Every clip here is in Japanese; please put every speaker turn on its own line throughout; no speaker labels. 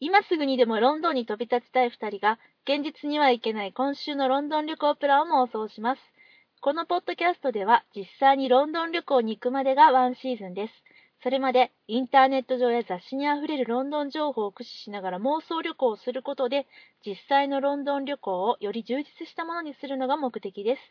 今すぐにでもロンドンに飛び立ちたい2人が、現実には行けない今週のロンドン旅行プランを妄想します。このポッドキャストでは、実際にロンドン旅行に行くまでがワンシーズンです。それまで、インターネット上や雑誌にあふれるロンドン情報を駆使しながら妄想旅行をすることで、実際のロンドン旅行をより充実したものにするのが目的です。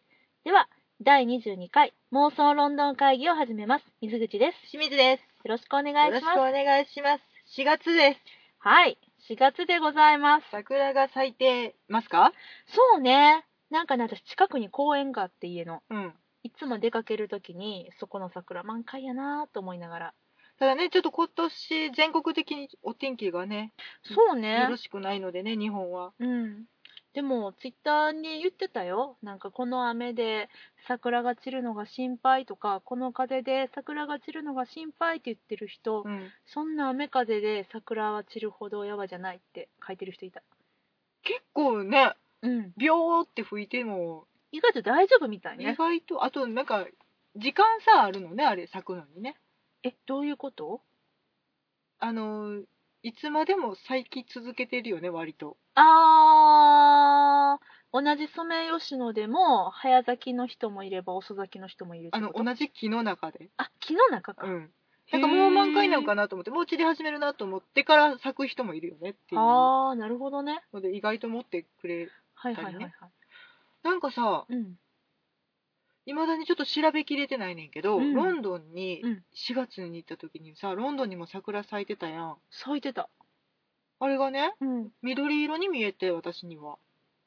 では、第22回妄想ロンドン会議を始めます。水口です。
清水です。
よろしくお願い
よろし
し
くお
ます。
願いします。4月です。
はい、4月でございます。
桜が咲いてますか
そうね。なんかね、私近くに公園があって家の。
うん。
いつも出かけるときに、そこの桜満開やなぁと思いながら。
ただね、ちょっと今年全国的にお天気がね、
そう
よ
ね
ろ。しくないのでね、日本は。
うん。でも、ツイッターに言ってたよ。なんかこの雨で桜が散るのが心配とか、この風で桜が散るのが心配って言ってる人、
うん。
そんな雨風で桜は散るほどやばじゃないって書いてる人いた。
結構ね、
うん。
ビョーって吹いても、
意外と大丈夫みたい
意
ね。
外と、あとなんか、時間差あるのね、あれ、咲くのにね。
え、どういうこと
あの、いつまでも咲き続けてるよね、割と。
あー、同じソメイヨシノでも、早咲きの人もいれば遅咲きの人もいるって
あ
こと
の、同じ木の中で。
あ、木の中か。
うん。なんかもう満開なのかなと思って、もう散り始めるなと思ってから咲く人もいるよねっていう。
あー、なるほどね。
ので意外と持ってくれる
はいはいはいはい。
なんかさ
うん。
いまだにちょっと調べきれてないねんけど、
うん
ロンドンに
うん
4月に行った時にさロンドンにも桜咲いてたやん
咲いてた。
あれがね
うん。
緑色に見えて私には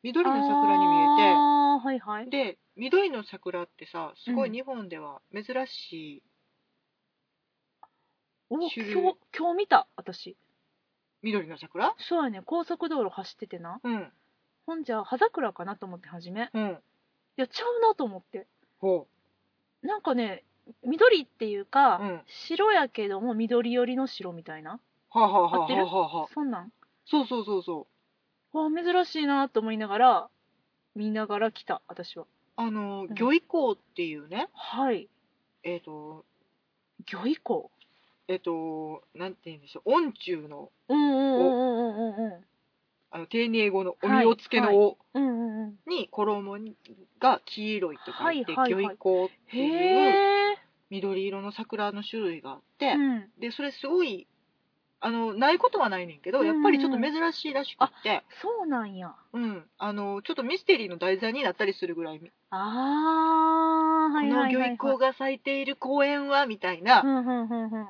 緑の桜に見え
あー、はいはい。
てで緑の桜ってさすご
う
い
ん
日本では珍しい
お、今
種
日
類、
今日見た、私。
緑の桜
そうやね、高速道路走っててな。
うん
ほんじゃ、葉桜かなと思って初め。
うん
いや、ちゃうなと思って。
ほ
なんかね、緑っていうか、
うん
白やけども緑寄りの白みたいな。
うはあ、はあはあ
合っ
は
てる
あはあはあ
そんなん
そうそうそうそう
わあ珍しいなと思いながら見ながら来た私は
あの
ん
魚以降っていうね
はい
えっ、と
魚以降
えっ、となんて言うんでしょう恩中の
うんうんうんうんうんうん
あの丁寧語のお身をつけの「お
うんうんうん
に衣が黄色いとか言って、
はいはいはい
魚以降っていう
へえ
緑色の桜の種類があって、
うん
でそれすごいあのないことはないねんけど、
うんうん
やっぱりちょっと珍しいらしくって
そうなんや
うん、あのちょっとミステリーの題材になったりするぐらい「
あーはいはいはい、
この魚
はい、
以降が咲いている公園は」みたいな
うんうんうんうん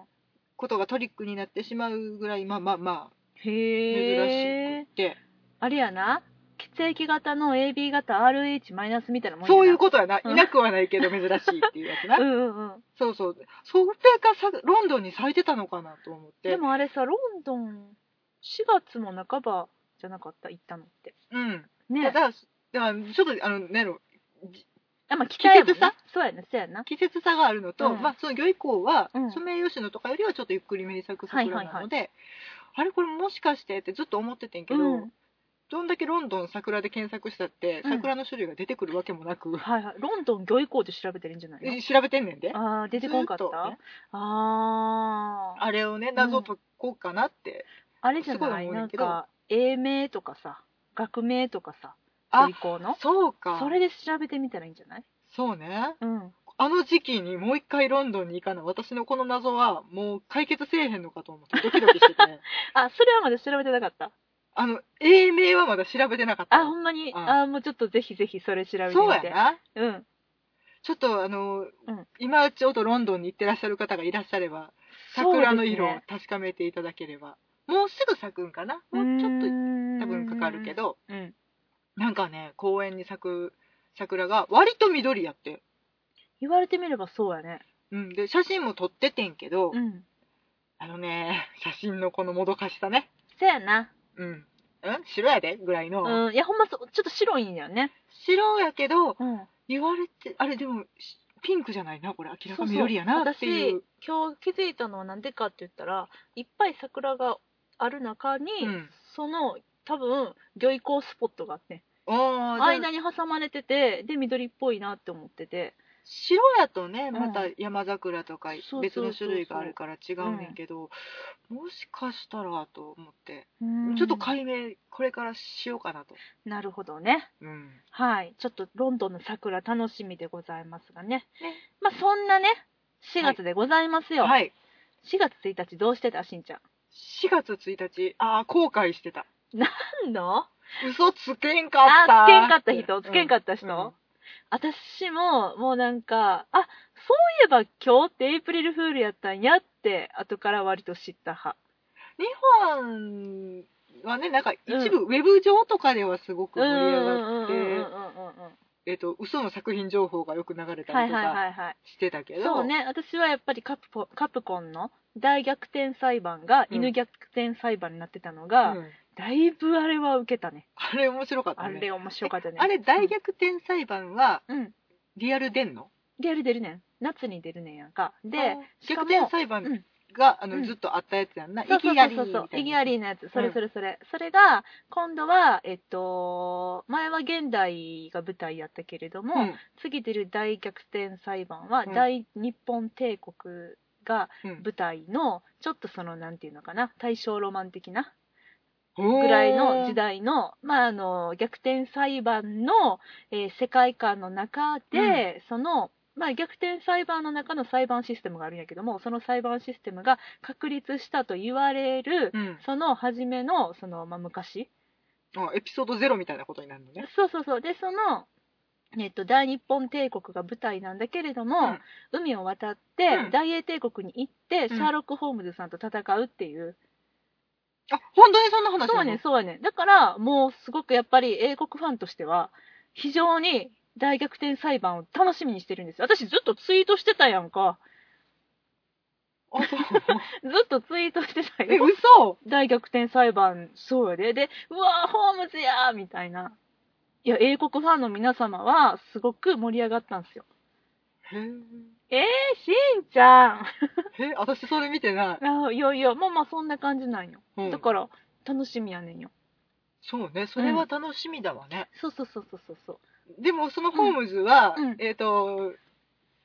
ことがトリックになってしまうぐらいまあまあまあ珍
へえ
しくって、
あれやな血液型の AB 型 RH マイナスみたいなもんやな
そういうことやな、
うん
いなくはないけど珍しいっていうやつな。
うんうんうん
そうそう。それがさロンドンに咲いてたのかなと思って。
でもあれさロンドン4月も半ばじゃなかった行ったのって
うん。
ね
ただ、だからちょっと、あの、ね、じ
あ、まあ、北やもん
季節差
な。そうやね、そうやな。
季節差があるのと、
うん
まあ、その魚以降は、
うん
ソメイヨシノとかよりはちょっとゆっくりめに咲く桜
はいはいは
ないので、あれこれもしかしてってずっと思っててんけど、
うん
どんだけロンドン桜で検索したって、
うん
桜の種類が出てくるわけもな く、
はいはい。ロンドン魚以降って調べてるんじゃないの
え調べてんねんで。
ああ、出てこんかった、
ずっとね
ああ。
あれをね、謎解こうかなって。
あれじゃない
すごい思う
なん
ねんけど
か、英名とかさ、学名とかさ、
あ
魚以降の。
そうか。
それで調べてみたらいいんじゃない
そうね。
うん。
あの時期にもう一回ロンドンに行かない私のこの謎はもう解決せえへんのかと思ってドキド キしてて、
あ、それはまだ調べてなかった。
あの英名はまだ調べてなかった
あ、ほんまに。
うん
あーもうちょっとぜひぜひそれ調べてみて。
そうやな
うん。
ちょっとあの、
うん
今ちょっとロンドンに行ってらっしゃる方がいらっしゃれば桜の色を確かめていただければ、もうすぐ咲くんかなもうちょっと多分かかるけ
ど。
ど
うん。
なんかね公園に咲く桜が割と緑やって、
言われてみればそうやね。
うん、で写真も撮っててんけど、
うん。
あのね写真のこのもどかしさね
そうやな。
うん、うん、白やでぐらいの、
うん。いや、ほんまそう、ちょっと白いんだよね。
白やけ
う
ど
ん。
言われてあれでもしピンクじゃないなこれ明ら
そ
か
うそう
緑やなっていう
私今日気づいたのはなんでかって言ったらいっぱい桜がある中に、
うん
その多分漁港スポットがあって
あーじゃあ
間に挟まれててで緑っぽいなって思ってて
白やとね、
ん
また山桜とか
そうそう
別
そうそう
の種類があるから違うねんけど、もしかしたらと思って、
うん
ちょっと解明これからしようかなと。
なるほどね。
うん。ね、
はい。ちょっとロンドンの桜楽しみでございますがね。まあそんなね、4月でございますよ。
はい。
4月1日どうしてたしんちゃん。
4月1日、ああ、後悔してた。
なんの
嘘つけんか
あ
っ
つ
た。
けんかった人、つけんか
っ
った人、
うん
私も、もうなんか、あ、そういえば今日ってエイプリルフールやったんやって、後から割と知った派。
日本はね、なんか一部、ウェブ上とかではすごく盛り上がって、
うんうんうんうんうんうん
えっと、嘘の作品情報がよく流れた
は
り
い
と
はい
か
はいはい。
してたけど、
そうね、私はやっぱりカプコカプコンの大逆転裁判が
うん
犬逆転裁判になってたの
う
が、
ん
だいぶあれは受けたね。
あれ面白かった
あ
ね。
れ面白かったね。
あれ大逆転裁判は
うん。うん。
リアル出んの
リアル出るねん。夏に出るねんやんか。で、しか
逆
も
転裁
う
判
ん
が、あ
う
の
ん
ずっとあったやつやんな。
そうそう
息やり
そうそうそう。意義あ
り
りのやつ。それそれそれ。それが、今度は、えっと、前は現代が舞台やったけれど
み
も、
たいな。
次出る大逆転裁判は、
うん
大日本帝国が
うんうん
舞台の、ちょっとその、なんていうのかな、大正ロマン的な
ぐ
ぐらいの時代の、まあ、あの、逆転裁判の、えー世界観の中で、その、まあ、逆転裁判の中の裁判システムがあるんやけども、その裁判システムが確立したと言われる、
うん
その初めのその、まあ、昔
あエピソードゼロみたいなことになるのね。
そうそうそうでその、えっと、大日本帝国が舞台なんだけれども、
うん
海を渡って、
うん
大英帝国に行って、
うん
シャーロック・ホームズさんと戦うっていう、
あ、本当にそんな話
そう
な
や
の
ねんそうやねんだからもうすごくやっぱり英国ファンとしては非常に大逆転裁判を楽しみにしてるんですよ私ずっとツイートしてたやんか
あ、 そう。
ずっとツイートしてた
え、
よ
嘘
大逆転裁判、そうやで。で、うわー、ホームズやーみたいな。いや、英国ファンの皆様は、すごく盛り上がったんですよ。
へー
えー、しんちゃん
え、私それ見てない。
あいやいや、まあまあ、そんな感じなんよ。
うん
だから、楽しみやねんよ。
そうね、それは楽しみだわね。
そうそうそうそうそうそう。
でも、そのホームズは、
うんうん
えっ、と、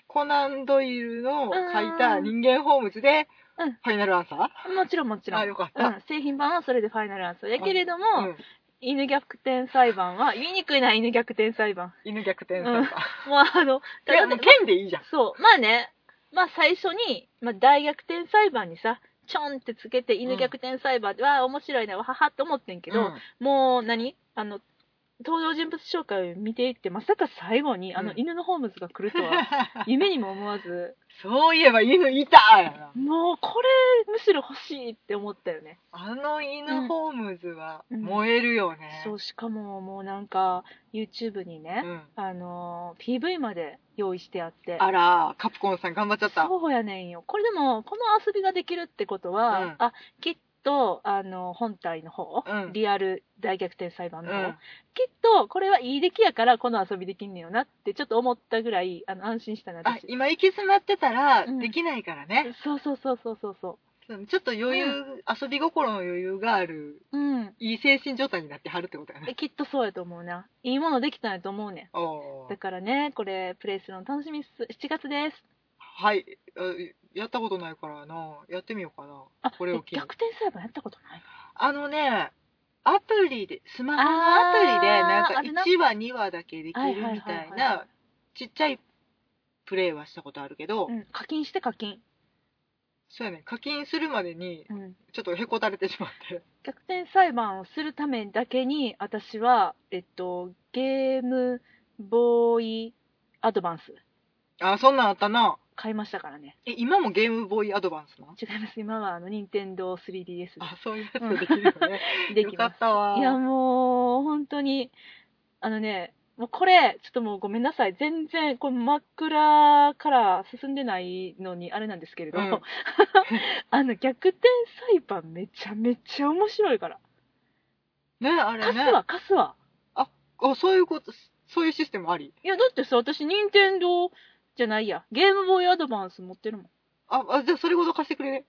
コナンドイルの書いた
うん
人間ホームズで、
うん
ファイナルアンサー
もちろんもちろん。
あよかった
うん、製品版はそれでファイナルアンサー。やけれども、
うん
犬逆転裁判は、言いにくいな、犬逆転裁判。
犬逆転 さんか。
もうあの、
いや、もう剣でいいじゃん。
そう。まあね、まあ最初に、まあ大逆転裁判にさ、ちょんってつけて犬逆転裁判で、わあ面白いな、わははって思ってんけど、
うん
もう何あの、登場人物紹介を見ていって、まさか最後にあの
うん
犬のホームズが来ると は、夢にも思わず、
そういえば犬いたやな。
もうこれむしろ欲しいって思ったよね。
あの犬ホームズは
うん
燃えるよね。
そう、しかももうなんか、YouTube にね、
うん
あのー、PV まで用意してあって、
あら、カプコンさん頑張っちゃった。
そうやねんよ。これでも、この遊びができるってことは、
うん
あ、きっと、あの、本体の方、
うん
リアル大逆転裁判
う
の方、
ん。
きっと、これはいい出来やから、この遊びできんねよなって、ちょっと思ったぐらい、あの、安心したな、
あ
私、。
今行き詰まってたら、
うん
できないからね。
そうそうそうそうそうそ
ちょっと余裕、
う
遊び心の余裕がある、
う。うん。
いい精神状態になってはるってことやね。
えきっとそうやと思うな。いいものできたんやと思うねん。
おー
だからね、これ、プレイするの楽しみっす。7月です。
はい。あやったことないからな。やってみようかな。
あ、
これを
え
機に
逆転裁判やったことない
あのね、アプリで、スマホのアプリで、
あー
なん
あるな
か1話、2話だけでき
はいはい
る
はい
みたい
はいは
な、ちっちゃいプレイはしたことあるけど、
うん。課金して課金。
そうやね、課金するまでに、
うん。
ちょっとへこたれてしまって。
逆転裁判をするためだけに私は、えっと、ゲームボーイアドバンス
あ、そんなんあったな。
買いましたからね
え、今もゲームボーイアドバンスなん
違います今はあの任天堂 3DS で
あ、そういうや つできるよね。
で
よ
きま
かったわ。
すいやもう本当にあのねもうこれちょっともうごめんなさい全然これ真っ暗から進んでないのにあれなんですけれど、
うん
あの逆転裁判めちゃめちゃ面白いから
ね、あれ
貸す
ね。
わ貸すわ
あ、そういうこと、そういうシステムあり
いや、だってさ、私、任天堂じゃないや。ゲームボーイアドバンス持ってるもん。
あ、あじゃあそれごと貸してくれる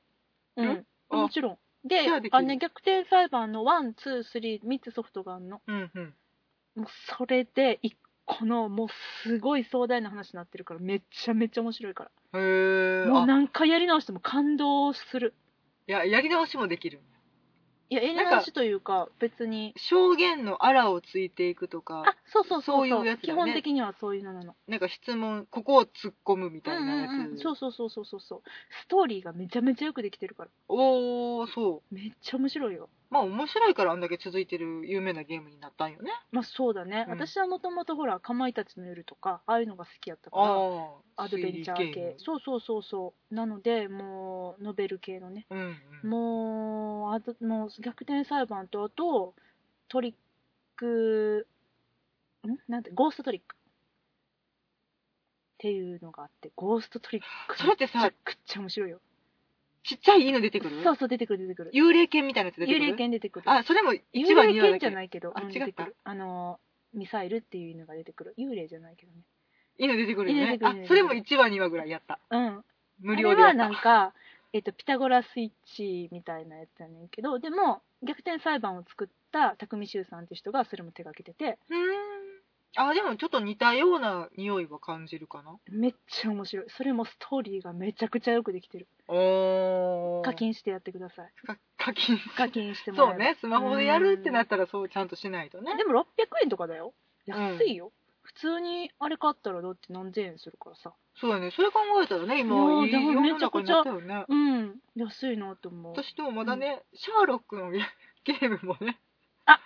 う
うん
ん。もちろん。で
じゃあで、きる
あのね、逆転裁判の1、2、3、3つソフトがあるの。
うんうん。
もう、それで、1このもうすごい壮大な話になってるからめっちゃめっちゃ面白いか
へ
ら
え
もう何回やり直しても感動する
ややり直しもできる
いややり直しというか別に
証言のあらをついていくと
あ
か
そうそうそう
そういうやつだね
基本的にはそういうのなの
なんか質問ここを突っ込むみ
う
た
ん
いうなやつ、
んうんそうそうそうそうそうそうストーリーがめちゃめちゃよくできてるから
おおそう
めっちゃ面白いよ
まあ面白いからあんだけ続いてる有名なゲームになったんよね
まあそうだね、
うん
私はもともとほら「かまいたちの夜」とかああいうのが好きやったから
ああ
アドベンチャー系そうそうそうそうなのでもうノベル系のね
うんうん
もうあともう逆転裁判とあとトリックんなんてゴーストトリックっていうのがあってゴーストトリック
それってさ
めちゃくちゃ面白いよ
ちっちゃい犬出てくる
そうそう出てくる出てくる
幽霊犬みたいなやつ出て
幽
くる
霊犬出てくる
あそれも
幽
一番
霊
二話
犬
だ
じゃ
け
ないけど
あ
うん
違った
出てくるあのミサイルっていう犬が出てくる幽霊じゃないけどね
犬出てくるよ
犬出て
ね
くる
あ
犬出てくる
それも一話二話ぐらいやった
うん
無料
あ
で
れ
や
は
っ
なん
た
か、えっとピタゴラスイッチみたいなやつやねんけどでも逆転裁判を作った匠柊さんって人がそれも手がけてて
うーんあでもちょっと似たような匂いは感じるかな
めっちゃ面白いそれもストーリーがめちゃくちゃよくできてる
おー
課金してやってください
か課金
課金してもらえば
そうねスマホでやるってなったらそうちゃんとしないとね
でも600円とかだよ安いよ、普通にあれ買ったらだって何千円するからさ
そうだねそれ考えたらね今
いやー
いい
でも
世
め
の
ちゃ
中
く
に
ちゃ
なったよね
うん安いなと思う
私でもまだね、シャーロックのゲゲームもね
あ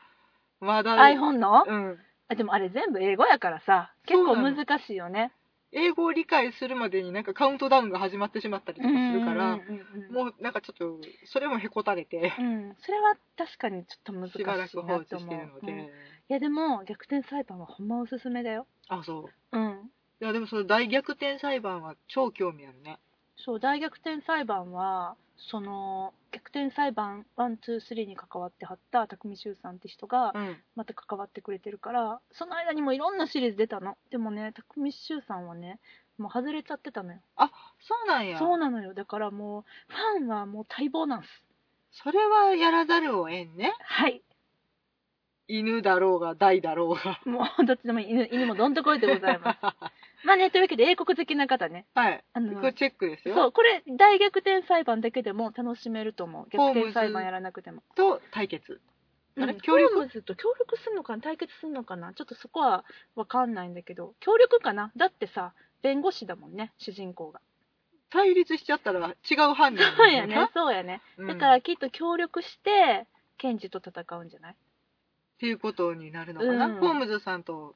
まだ
iPhone の、
うん
あでもあれ全部英語やからさ結
そ
構
うなの
難しいよね
英語を理解するまでになんかカウントダウンが始まってしまったりとかするから、
うんうんうん
もうなんかちょっとそれもへこたれて
うん、それは確かにちょっと難しい
しばら
な
く放置
と
して
思う。
るので、
うんいやでも逆転裁判はほんまおすすめだよ。
あそう
うん。
いやでもその大逆転裁判は超興味あるね
そう大逆転裁判はその逆転裁判123に関わってはった匠柊さんって人が
ん
また関わってくれてるからその間にもいろんなシリーズ出たの。でもね匠柊さんはねもう外れちゃってたのよ。
あそうなんや
そうなのよだからもうファンはもう待望なんす。
それはやらざるを得んね
はい。
犬だろうが大だろうが
もうどっちでもいい犬犬もどんとこいでござい ます。まあねというわけで英国好きな方ね。
はい
あの
これチェックですよ
そう、これ、大逆転裁判だけでも楽しめると思う。逆
ホームズ
転裁判やらなくても。
と対決あれ
うん
協力
ホームズと協力するのかな対決するのかなちょっとそこはわかんないんだけど、協力かなだってさ、弁護士だもんね、主人公が。
対立しちゃったら違う判断
そうや
になる
ね、そうやね。
な
だからきっと協力して、検事と戦うんじゃない
っていうことになるのかな、
うん
ホームズさんと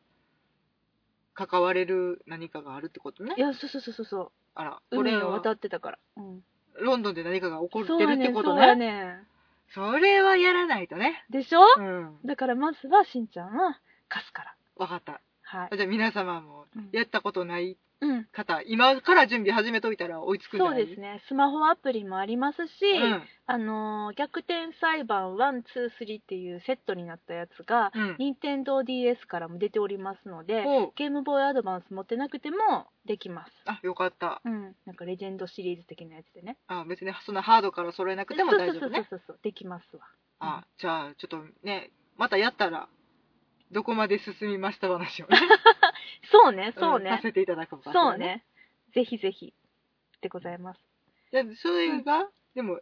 関われる何かがあるってことね
いや、そうそうそうそうそう。
あらこ
海
れ
を
は
渡ってたから。うん。
ロンドンで何かが起こって
そう
る
や
って
ね、
こと
そう
ね
やね。
それはやらないとね
でしょ
うん
だからまずは、しんちゃんは、貸すから。
わかった
はい。
じゃあ皆様も
うん
やったことない
うん。
方今から準備始めといたら追いつくんじゃ
そう
ない
ですね、スマホアプリもありますし、
うん
あのー逆転裁判123っていうセットになったやつが、
うん
任天堂 d s からも出ておりますので、
おう
ゲームボーイアドバンス持ってなくてもできます。
あよかった
うん、なんかレジェンドシリーズ的なやつでね。
あ別にそんなハードから揃えなくても大丈
そうそ
夫
う
ね
そうそうそう、できますわ。
あじゃあちょっとねまたやったらどこまで進みました話をね
そうね、 そう
うんさ
ね、
せていただくか
そうね、ぜひぜひでございます。
でそれが、でも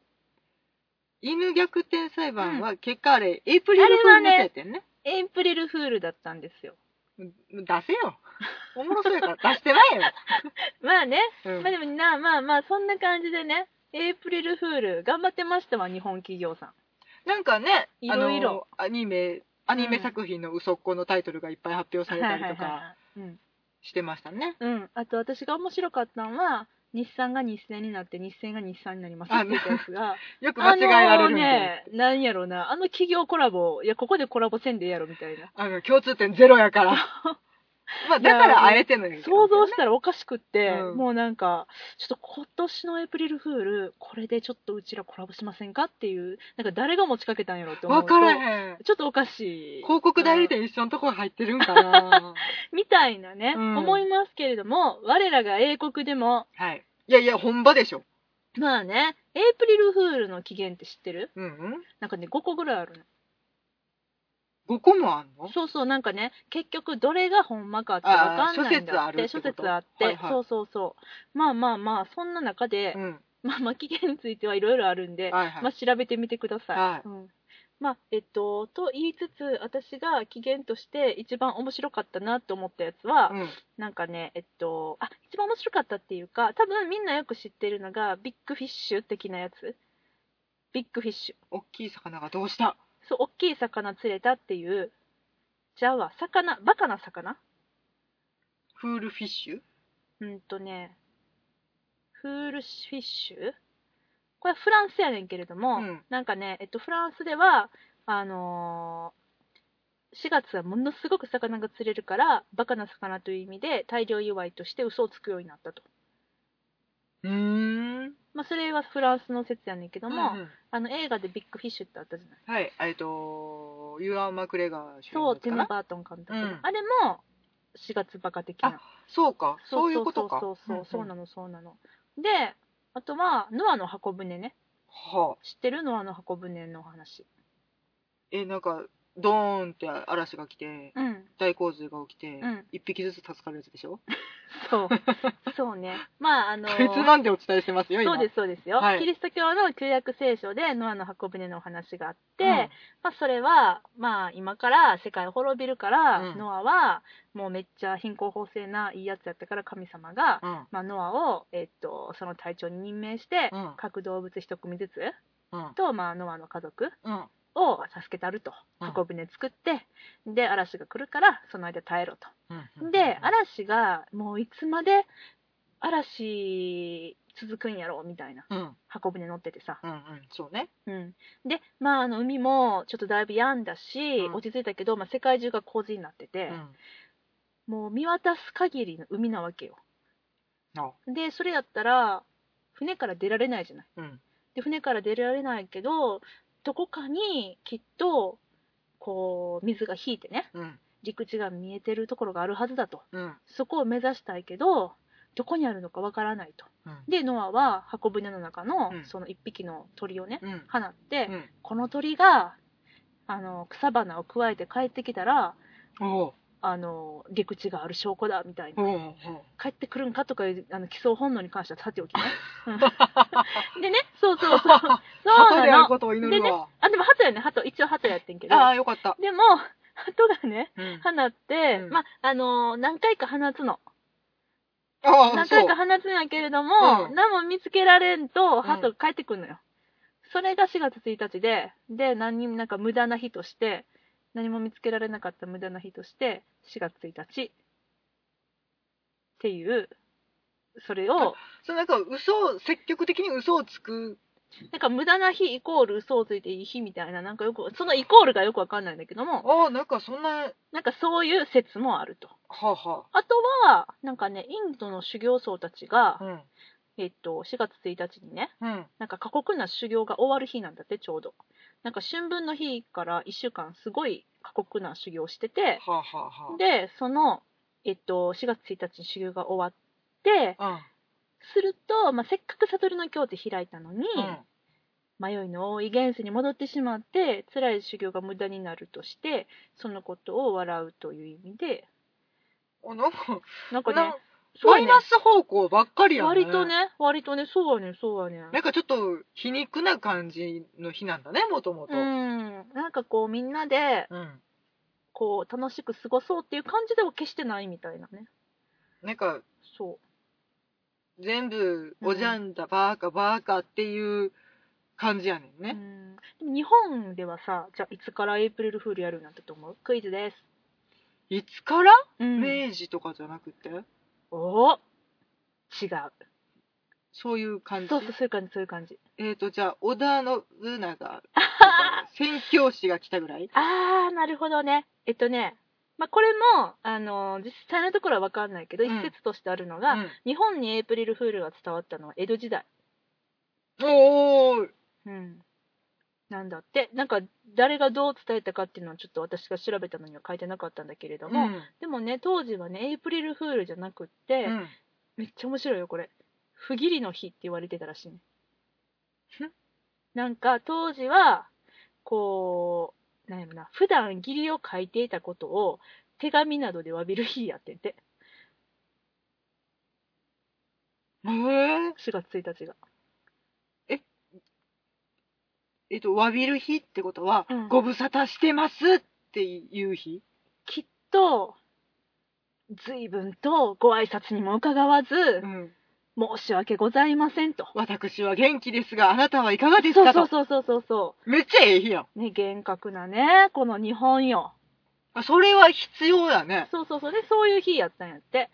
犬逆転裁判は結果あれ、エイプリルフールネタやってんね
エイプリルフールだったんですよ。
出せよおもろそうやから出してま えよ、
まあね、
うん
まあでもな、まあまあ、そんな感じでね、エイプリルフール、頑張ってましたわ、日本企業さん。
なんかね
いろいろ
あのアニメアニメ作品の嘘っ子のタイトルがいっぱい発表されたりとか
いはい。
してましたね、
うん。うん。あと、私が面白かったのは、日産が日産になって、日産が日産になりますって言ったやつが、
よく 間違えられるん
あの
で、
ね、なんやろうな、あの企業コラボ、いや、ここでコラボせんでええやろみたいな。
あの共通点ゼロやから まあだからあえてのやけどね
想像したらおかしくって、
うん
もうなんか、ちょっと今年のエイプリルフール、これでちょっとうちらコラボしませんかっていう、なんか誰が持ちかけたんやろって思う
わ
と。
からへん
ちょっとおかしい。
広告代理
うん
店一緒のとこ入ってるんかな
みたいなね、
うん
思いますけれども、我らが英国でも、
はいいやいや本場でしょ
まあね、エイプリルフールの起源って知ってる
うんうん
なんかね、5個ぐらいあるの。
5個もあんの
そうそう、なんかね、結局どれがほんまかってわかんないんだって、
あ
諸
ー諸説あるってこと
説あって、
はいはい
そうそうそう。まあまあまあ、そんな中で
う、ん。
まあまあ期限についてはいろいろあるんで、
はいはい。
まあ調べてみてください。
はい
うんまあ、えっと、と言いつつ、私が期限として一番面白かったなと思ったやつは、
うん。
なんかね、えっと、あ、一番面白かったっていうか、多分みんなよく知ってるのが、ビッグフィッシュ的なやつ。ビッグフィッシュ。
大きい魚がどうした
そう、大きい魚釣れたっていう。じゃあは、魚、バカな魚
フールフィッシュ
うんとね、フールフィッシュこれはフランスやねんけれども、
うん
なんかね、えっと、フランスでは、あのー4月はものすごく魚が釣れるから、バカな魚という意味で、大量祝いとして嘘をつくようになったと。
うーん。
まあ、それはフランスの説やねんけども、
うんうん
あの映画でビッグフィッシュってあったじゃない
はい。えっと、ユーアン・マクレガー主演の
そう、
やつ
ティ
か
ム・
な
バートン監督の、
うん
あれも4月バカ的な
あ。そうか。そういうことか。
そうそうそうそう、そうな
の。
の、そうなの。で、あとは、ノアの箱舟ね。
はあ。
知ってるノアの箱舟のお話。
え、なんか、ドーンって嵐が来て、
うん。
大洪水が起きて
うん、
一、匹ずつ助かるやつでしょ、
そう。そうね。まあ、あの
かいつまんでお伝えしてますよ、今。
そうです、そうですよ、
はい
キリスト教の旧約聖書でノアの箱舟のお話があって、
うん
まあ、それは、まあ、今から世界滅びるから、
うん
ノアは、もうめっちゃ貧困法制ないいやつやったから神様が、
うん。
まあ、ノアを、えっと、その隊長に任命して、
うん
各動物一組ずつ
うん。
と、まあ、ノアの家族
うん。
を助けたると
うん
箱舟作って、で嵐が来るからその間耐えろと
うん
で、嵐がもういつまで嵐続くんやろうみたいな
うん。うん。
箱舟乗っててさ、
うん。うんそうね。
うん、でまああの海もちょっとだいぶ病んだし、
うん
落ち着いたけど、まあ、世界中が洪水になって
う
て、
ん。
もう見渡す限りの海なわけよ
あ
でそれやったら船から出られないじゃない
うん。
で船から出られないけどどこかにきっとこう水が引いてね
うん。
陸地が見えてるところがあるはずだと
うん。
そこを目指したいけどどこにあるのかわからないと
うん。
でノアは箱舟の中の
うん
その1匹の鳥をね
うん。
放って、
うん
この鳥があの草花をくわえて帰ってきたら
おう
あの陸地がある証拠だみたいな
おうおう
帰ってくるんかとかいうあの基礎本能に関してはさてお きねうんでねそうそうそうそう
鳩で
な
ある
の
ことを祈るわ。
あ、でも鳩やね、鳩。一応鳩やってんけど。
ああ、よかった。
でも、鳩がね、
うん
放って、
うん
まあ、あのー何回か放つの。
ああ、
何
そ
回
う
か。放つんやけれども、
うん
何も見つけられんと、鳩が帰ってくんのよ。それが4月1日で、で、何にもなんか無駄な日として、何も見つけられなかった無駄な日として、4月1日。っていう、それを、
そうなんか嘘を、積極的に嘘をつく。
なんか無駄な日イコール嘘をついていい日みたいな、なんかよく、そのイコールがよくわかんないんだけども、
ああ、なんかそんな、
なんかそういう説もあると。
はあは
あとは、なんかね、インドの修行僧たちが
あ。、うん。
えっと、4月1日にね、
うん。
なんか過酷な修行が終わる日なんだって、ちょうど。なんか春分の日から1週間、すごい過酷な修行をしてて、
はあはあは
で、その、えっと、4月1日に修行が終わって、
あ。
すると、まあ、せっかく悟りの教って開いたのに、
うん。うん。
迷いの多い現世に戻ってしまって、辛い修行が無駄になるとして、そのことを笑うという意味で、
あなんか、
なんか
な
ね、すご
マ
い
イ
ね
ナス方向ばっかりやね。
割と。ね、割とね、そうやねん、そうやね
なん
ん。
かちょっと皮肉な感じの日なんだね、もともと。
う。ん、なんかこうみんなで
うん。
こう楽しく過ごそうっていう感じでは決してないみたいなね。
なんか、
そ
全部、おじゃんだ、バーカ、バーカっていう感じやねん
う。う
ね。
ん、でも日本ではさ、じゃあいつからエイプリルフールやるようになったと思うクイズです。
いつから
うん
明治とかじゃなくて、
おお違う。
そういう感じ。
そうそう、そういう感じ、そういう感じ。
えっ、と、じゃあ、織田信 長、
あ
宣教師が来たぐらい
あー、なるほどね。えっとね、まあ、これも、あのー実際のところはわかんないけど、
うん
一説としてあるのが、
うん
日本にエイプリルフールが伝わったのは江戸時代。
おー、
うん。なんだって。なんか、誰がどう伝えたかっていうのはちょっと私が調べたのには書いてなかったんだけれども、
うん
でもね、当時はね、エイプリルフールじゃなくって、
うん
めっちゃ面白いよ、これ。不義理の日って言われてたらしいね
ふん。
なんか、当時は、こなんやろな、普段義理を書いていたことを手紙などで詫びる日やってんて。
へえ
4月1日が。
えっと、詫びる日ってことは、
うん
ご無沙汰してますっていう日
きっと、随分とご挨拶にも伺わず、
ん。
申し訳ございませんと。
私は元気ですが、あなたはいかがですかと。
そうそうそうそうそうそ
めっちゃええ日やん。
う。ね、厳格なね、この日本よ。
あそれは必要だね。
そうそうそう。で、そういう日やったんやって。
へ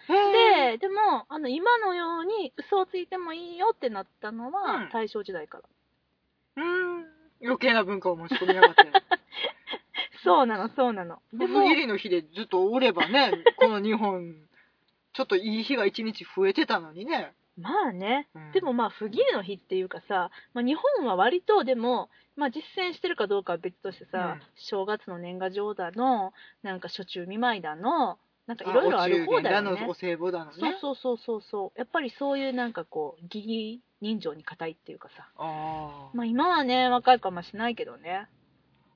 で、
え、
でも、あの、今のように嘘をついてもいいよってなったの
う
は
ん、
大正時代から。
うん。余計な文化を持ち込みやが って。
そうなの、そうなの。で
ぶつ
も、
切りの日でずっとおればね、この日本、ちょっといい日が一日増えてたのにね。
まあね、
うん
でも、まあ、不義理の日っていうかさ、まあ、日本は割とでも、まあ、実践してるかどうかは別としてさ、
うん
正月の年賀状だの、なんか初中見舞いだの、なんかいろいろある方だよ
お中元だの、お
ね。
歳暮だのね。
そうそうそうそうそう。やっぱりそういうなんかこう、義理人情に固いっていうかさ。
ああ。
まあ今はね、若いかもしないけどね。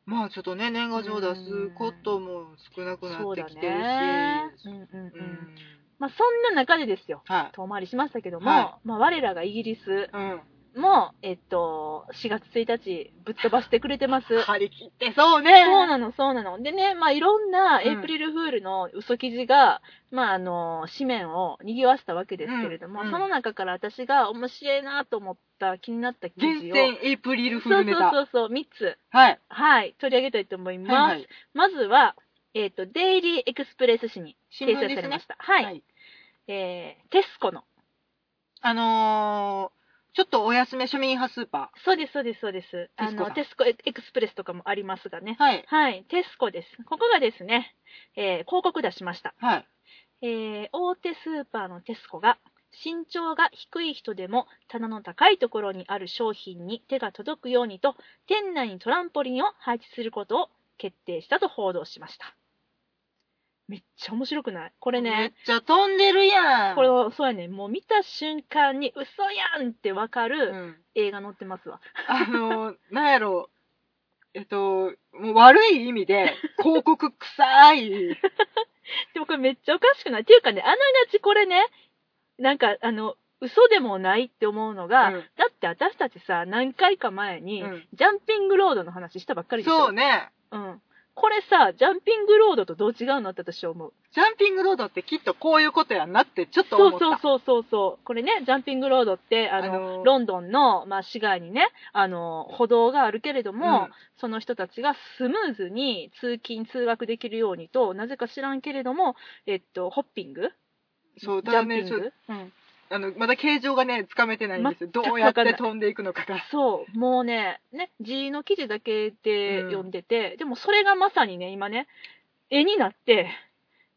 まあちょっとね、年賀状出すことも少なくな
そう
って
だ
きてる
ね。
し。
うんうんうん。
うん
まあそんな中でですよ。
はい。
遠回りしましたけども、
は
まあ我らがイギリス
うん。
も、えっと、4月1日ぶっ飛ばしてくれてます。
張り切ってそう ね。
そうなの、そうなの。でね、まあ、いろんな
うん
エイプリルフールの嘘記事が、まあ、あの、紙面を賑わせたわけですけれども、
うんうん
その中から私が面白いなと思った、気になった記
厳
事を、
選エイプリルフー
そう
ル
そ
ネ
う
タ。
そうそう、3つ、
はい。
はい、取り上げたいと思います。
はいはい。
まずは、えっ、と、デイリーエクスプレス紙に
新
掲
聞
載
で
さ
す
れ
ね
まし。た。はい、
はい
えー、テスコの。
あのー、ちょっとお安め庶民派スーパ
そうです、そうです、そうです。あの、
テ
テスコエクスプレスとかもありますがね
ー。。はい。
はい、テスコです。ここがですね、えー広告出しました。
はい。
えー大手スーパーのテスコが身長が低い人でも棚の高いところにある商品に手が届くようにと店内にトランポリンを配置することを決定したと報道しましためっちゃ面白くないこれ
めっ
ね
ちゃ飛んでるやん。
これはそうやねもう見た瞬間に嘘やんってわか
う
る
ん。
映画載ってますわ、
あのー、なんやろう。えっと、もう悪い意味で、広告臭 い。
でもこれめっちゃおかしくないっていうかねあながちこれねなんかあの嘘でもないって思うのが、
うん
だって私たちさ何回か前に、
うん
ジャンピングロードの話したばっかりでしょ。
そうね。
うん。これさ、ジャンピングロードとどう違うのって私は思う。
ジャンピングロードってきっとこういうことやんなってちょっと
そ
思
う
った。
そうそうそうそう。これね、ジャンピングロードって、あの、
あのー
ロンドンの、まあ、市街にね、あの、歩道があるけれども、
うん
その人たちがスムーズに通勤、通学できるようにと、なぜか知らんけれども、えっと、ホッピング
そう、
ジ
た
ャ
だ
ンピ
ね、
ン
ちょ
グ、うん、
あの、まだ形状がね、つかめてないんですよ。ど
全く
うやっ
わかんな
て
い
飛んでいくのかが。
そう、もうね、ね、字の記事だけで
うん
読んでて、でもそれがまさにね、今ね、絵になって、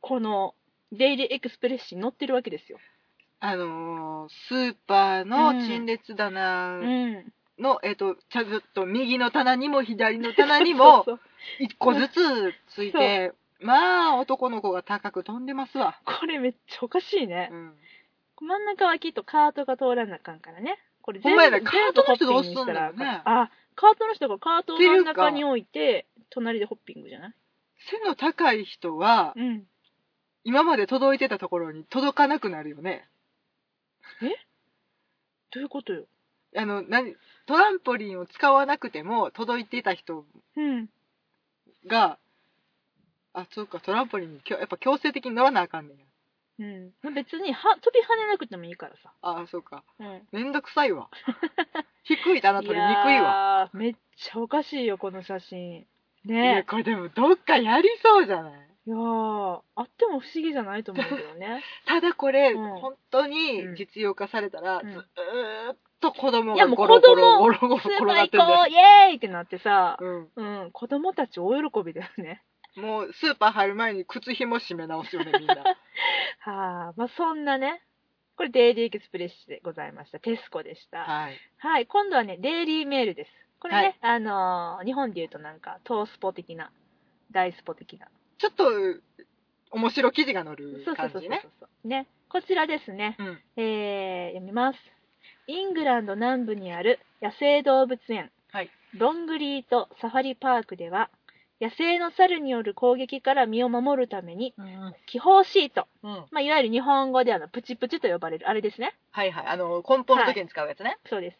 この、デイリーエクスプレスに載ってるわけですよ。
あのースーパーの陳列
う
棚
ん。
の、えっと、ちゃずっと右の棚にも左の棚にも
そうそう
一個ずつついて、まあ男の子が高く飛んでますわ。
これめっちゃおかしいね
う。ん。
真ん中はきっとカートが通らなあかんからね。これ
ほんまやねカートの人どうすんの
全部ホッピングにしたらあかん
ね
あ、カートの人がカートを真ん中に置いて、隣でホッピングじゃない
背の高い人は、
うん。
今まで届いてたところに届かなくなるよね。
どういうことよ。
あの、何、トランポリンを使わなくても届いてた人
うん。
が、あ、そうか、トランポリンにきょやっぱ強制的に乗らなあかんねんや。
うん。まあ別には飛び跳ねなくてもいいからさ。
あ、そうか。
うん。
めんどくさい わ。低い棚取りにくいわ。
わ。めっちゃおかしいよ、この写真。
いや、
ね
これでもどっかやりそうじゃない
いやーあっても不思議じゃないと思うけど ね。
ただこれ、
うん
本当に実用化されたら、
うん
ずーっと子供
い
が
やもう
ゴロゴロ、ゴ
子
ロゴロ
ス
転
ーパ
が
ー
っ
行
てんだ
こ
よ
うイエーイってなってさ、
うん、
うん、子供たち大喜びだよね。
もうスーパー入る前に靴ひも締め直すよねみん な
はあ、まあそんなね、これデイリーエクスプレスでございました。テスコでした。はい、
はい
今度はね、デイリーメールです。これね、
はい
あのー日本で言うとなんか、トースポ的な、大スポ的な。
ちょっと面白記事が載る
そうそう
感
そう
じ
そう
ね
そう。ね、こちらですね。
うん
えー読みます。イングランド南部にある野生動物園、
はい
ロングリートサファリパークでは、野生の猿による攻撃から身を守るために、
うん
気泡シート、
うん、
まあ、いわゆる日本語であのプチプチと呼ばれるあれですね。
はいはいあの梱包の時に使うやつね、
そうです。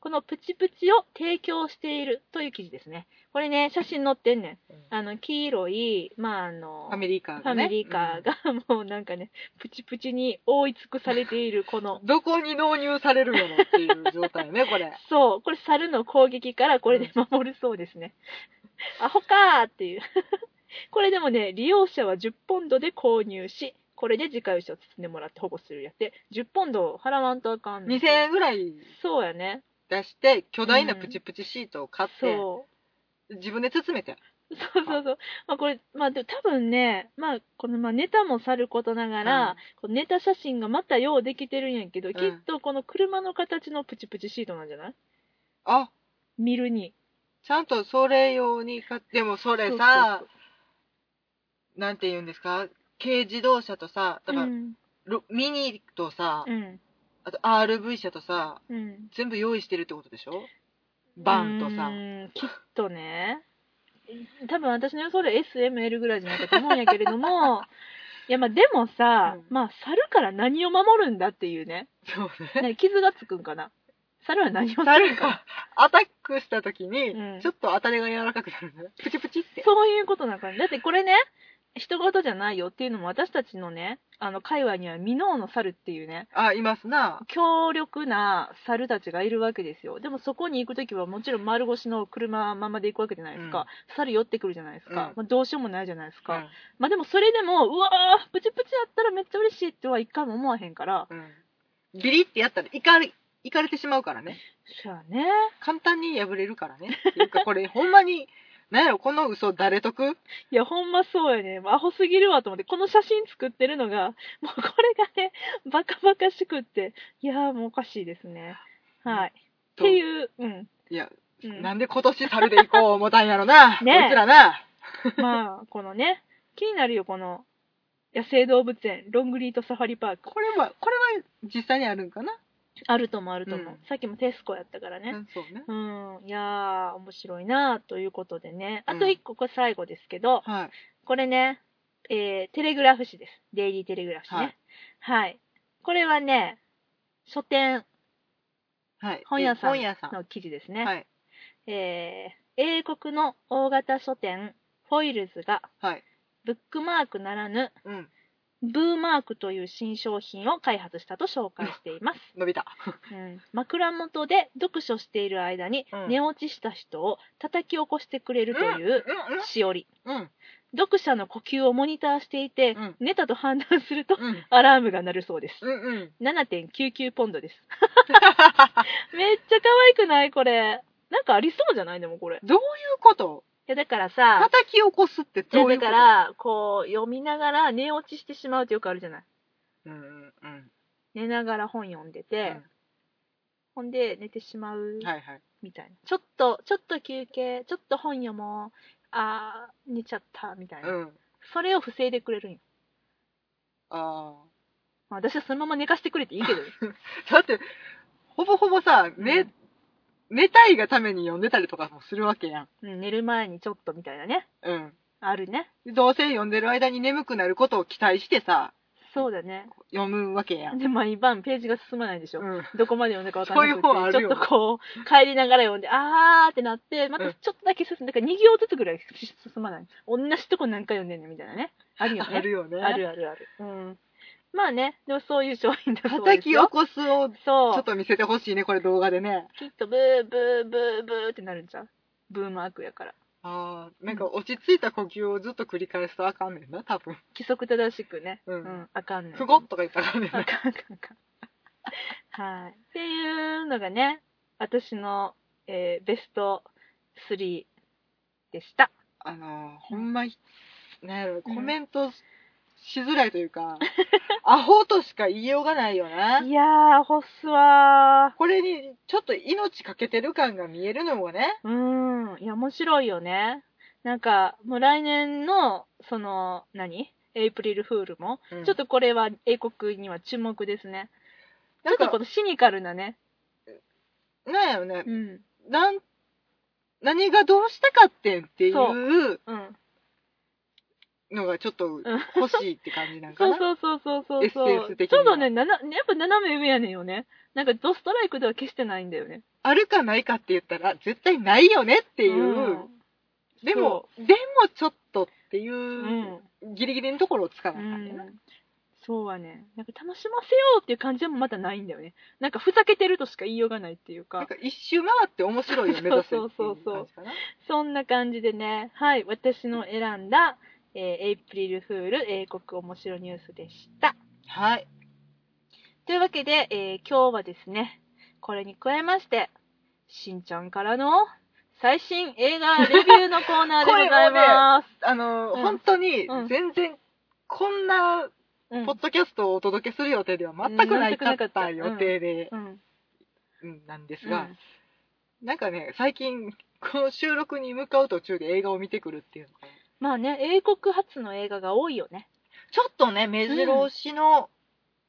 このプチプチを提供しているという記事ですね。これね、写真載ってんねん。
うん
あの、黄色い、まあ、あの、
ファミリーカー
ファ
が
ミ
ね
リーカーが、もうなんかね、プチプチに覆い尽くされているこの
うんどこに納入されるんやろっていう状態よねこれ
そう、これ猿の攻撃からこれで守るそうですね。 アホかーっていう。 これでもね、利用者は10ポンドで購入し、これで自家用車を包んでもらって保護するやって、10ポンドを払わんとあかんねん
2000円ぐらい
そうやね。
出して巨大なプチプチシートを買って、
そう。
自分で包めて
そう そうそう。まあこれ、まあでも多分ね、まあこのまあネタもさることながら、
うん
このネタ写真がまたようできてるんやけど、
ん
きっとこの車の形のプチプチシートなんじゃない
あ
見るに。
ちゃんとそれ用に買ってでもそれさ
そうそう
なんて言うんですか軽自動車とさだか
う
ら、
ん、
ロミニとさ、
うん、
あと RV 車とさ
うん。
全部用意してるってことでしょバンとさ
うーんきっとね。多分私の予想で SML ぐらいじゃないかと思うんやけれども、 いやまあでもさ、
うん
まあ猿から何を守るんだっていうね。
そうね
ね傷がつくんかな。猿は何をするんか
猿がアタックした時に、
うん
ちょっと当たりが柔らかくなるんだねプチプチって
そういうことなんかね。だってこれね、人事じゃないよっていうのも私たちのね、あの、界隈にはミノーの猿っていうね、
あいますな
強力な猿たちがいるわけですよ。でもそこに行くときはもちろん丸腰の車ままで行くわけじゃないですか。
うん
猿寄ってくるじゃないですか。
うん
まあどうしようもないじゃないですか。
うん
まあでもそれでも、うわー、プチプチやったらめっちゃ嬉しいっては一回も思わへんから。
うんビリってやったらいかれいかれてしまうからね
そやね。
簡単に破れるからねっていうか これほんまになんやろこの嘘誰得
いや、ほんまそうやね。アホすぎるわと思って、この写真作ってるのが、 もうこれがね、バカバカしくって、いやーもうおかしいですね。はい。っていう、うん。
いや、
うん
なんで今年猿で行こう思ったんやろな
ねえ
こいつらな
まあ、このね、気になるよ、この、野生動物園、ロングリートサファリパーク。
これはこれは実際にあるんかな、
あるともあるとも。
うん
さっきもテスコやったからね。
うんそうね
うん、いやー、面白いなということでね。あと
うん
一個、これ最後ですけど、
はい
これね、えー、テレグラフ紙です。デイリーテレグラフ紙ね。はい。これはね、書店、
はい
本屋さん
本屋さん
の記事ですね。
はい
えー、英国の大型書店、フォイルズが、
はい
ブックマークならぬ、
うん
ブーマークという新商品を開発したと紹介しています。
伸びた
うん、枕元で読書している間に、
うん
寝落ちした人を叩き起こしてくれるというしおり。
うんうん
読者の呼吸をモニターしていて、
うん
寝たと判断すると、
うんうん
アラームが鳴るそうです。
うんうん
7.99ポンドです。めっちゃ可愛くないこれ。なんかありそうじゃないでもこれ。い
どういうこと
やだからさ、
叩き起こすって
いや
どうい
だ
う
か
こと、
ら、こう、読みながら寝落ちしてしまうってよくあるじゃない。
うんうんうん
寝ながら本読んでて、ほんで寝てしまう
うん、はいはい
みたいな。ちょっと、ちょっと休憩、ちょっと本読もう。あー、寝ちゃった、みたいな。
うん
それを防いでくれるんよ。
ああ
まあ私はそのまま寝かしてくれていいけど ね。
だって、ほぼほぼさ、
う
寝
ん、
寝たいがために読んでたりとかもするわけやん。
うん、寝る前にちょっとみたいなね。
うん。
あるね。
どうせ読んでる間に眠くなることを期待してさ、
そうだね。
読むわけやん。
で、毎晩ページが進まないでしょ。
うん。
どこまで読んだかわかんなくて、
そういう本ある
ち
よ
ょっとこう、帰りながら読んで、あーってなって、ま
う
た
ん
ちょっとだけ進んで、だから2行ずつぐらいし進まない。同じとこ何回読んでんねんみたいなね。あるよね。
あるよね。
あるあるある。うん。まあね、でもそういう商品だそうで
叩
す
き起
よ。
こすを、ち
そう。
ょっと見せてほしいね、これ動画でね。
きっとブーブーブーブーってなるんじゃん。ブーマークやから。
ああ、なんか落ち着いた呼吸をずっと繰り返すとあかんねんな、多分。
規則正しくね。
うん
あかんねん。
ふごっとか言ったらあかんねん
あかんあ
な。
かんあかん。はい。っていうのがね、私の、えーベスト3でした。
あのー、ほんま、なんやろ、コメントしづらいというか、アホとしか言いようがないよな。
いやー、ホッスは
これにちょっと命かけてる感が見えるのもね、
うーん。いや、面白いよね。なんか、もう来年の、その、何エイプリルフールも、ちょっ
と
とこれは英国には注目ですね。ち
な
ょ
ん
っとこ
か
のシニカルなね。
なんやろね
う、ん。
なん何がどうしたかってんってい
そううん。
のがちょっと欲しいって感じなんか
そ
な
うそうそうそうそうそう。
SNS 的
ち
に
ょう
は
どね、ななやっぱ斜め上やねんよね。なんかドストライクでは決してないんだよね。
あるかないかって言ったら絶対ないよねっていう、
うん
でもでもちょっとっていうう、
ん。
ギリギリのところをつか
う
なあかんねんな、
ん。そうはね。なんか楽しませようっていう感じでもまたないんだよね。なんかふざけてるとしか言いようがないっていう
なん
か。
か一周回って面白いを目指せっていう
そうそう
感じかな
そんな感じでね。はい。私の選んだ、えーエイプリルフール英国面白ニュースでした。
はい
というわけで、えー今日はですね、これに加えまして、しんちゃんからの最新映画レビューのコーナーでございます。
あの、
うん
本当に
うん
全然こんな
うん
ポッドキャストをお届けする予定では全くないか
うん全くなか
っ
った
た予定で、
うん
うんなんです
う
が、
ん
なんかね最近この収録に向かう途中で映画を見てくるっていうのが
まあね、英国発の映画が多いよね。
ちょっとね目白押しの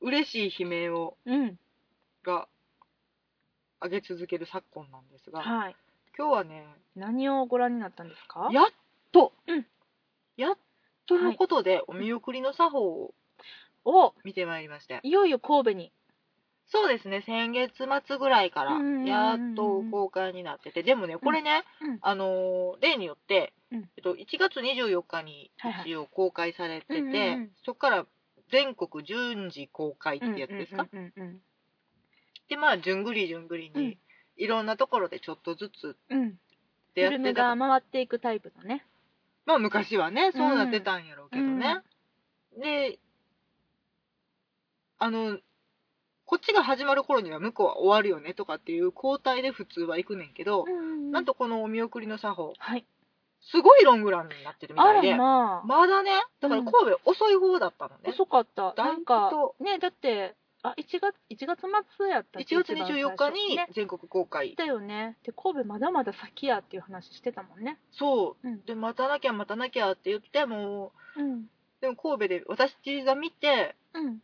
嬉しい悲鳴を
うん。
が上げ続ける昨今なんですが、
はい。
今日はね
何をご覧になったんですか
やっと、
うん
やっとのことでお見送りの作法を
お
見てまいりまして、
いよいよ神戸に。
そうですね先月末ぐらいから
うんうんうんうん
やっと公開になっててでもねこれね、
うん
あのー例によって、
うん
えっと、1月24日に
はいはい
一応公開されてて、
うんうんうん
そこから全国順次公開ってやつですか、
うんうん
でまあじゅんぐりじゅんぐり
うん
にいろんなところでちょっとずつ
うんうん。フ
でやっ
ィルム
てた
が回っていくタイプのね。
まあ昔はねそうなってたんやろうけどね、であのこっちが始まる頃には向こうは終わるよねとかっていう交代で普通は行くねんけど、なん
と。
とこのお見送りの作法
はい。
すごいロングランになってるみ
あ
たい
ら
で
まあ。
まだねだから神戸遅い方だったのね、
遅かった。
だ
ない
ぶ
ん
と
か、ね、だって、あ、1月、1月末やったっけ
1月24日に
一番最初ね。
全国公開、
だよね。で、神戸まだまだ先やっていう話してたもんね。
そう、
うん
で待たなきゃ待たなきゃって言っても
うん。
うでも神戸で私が見て
うん。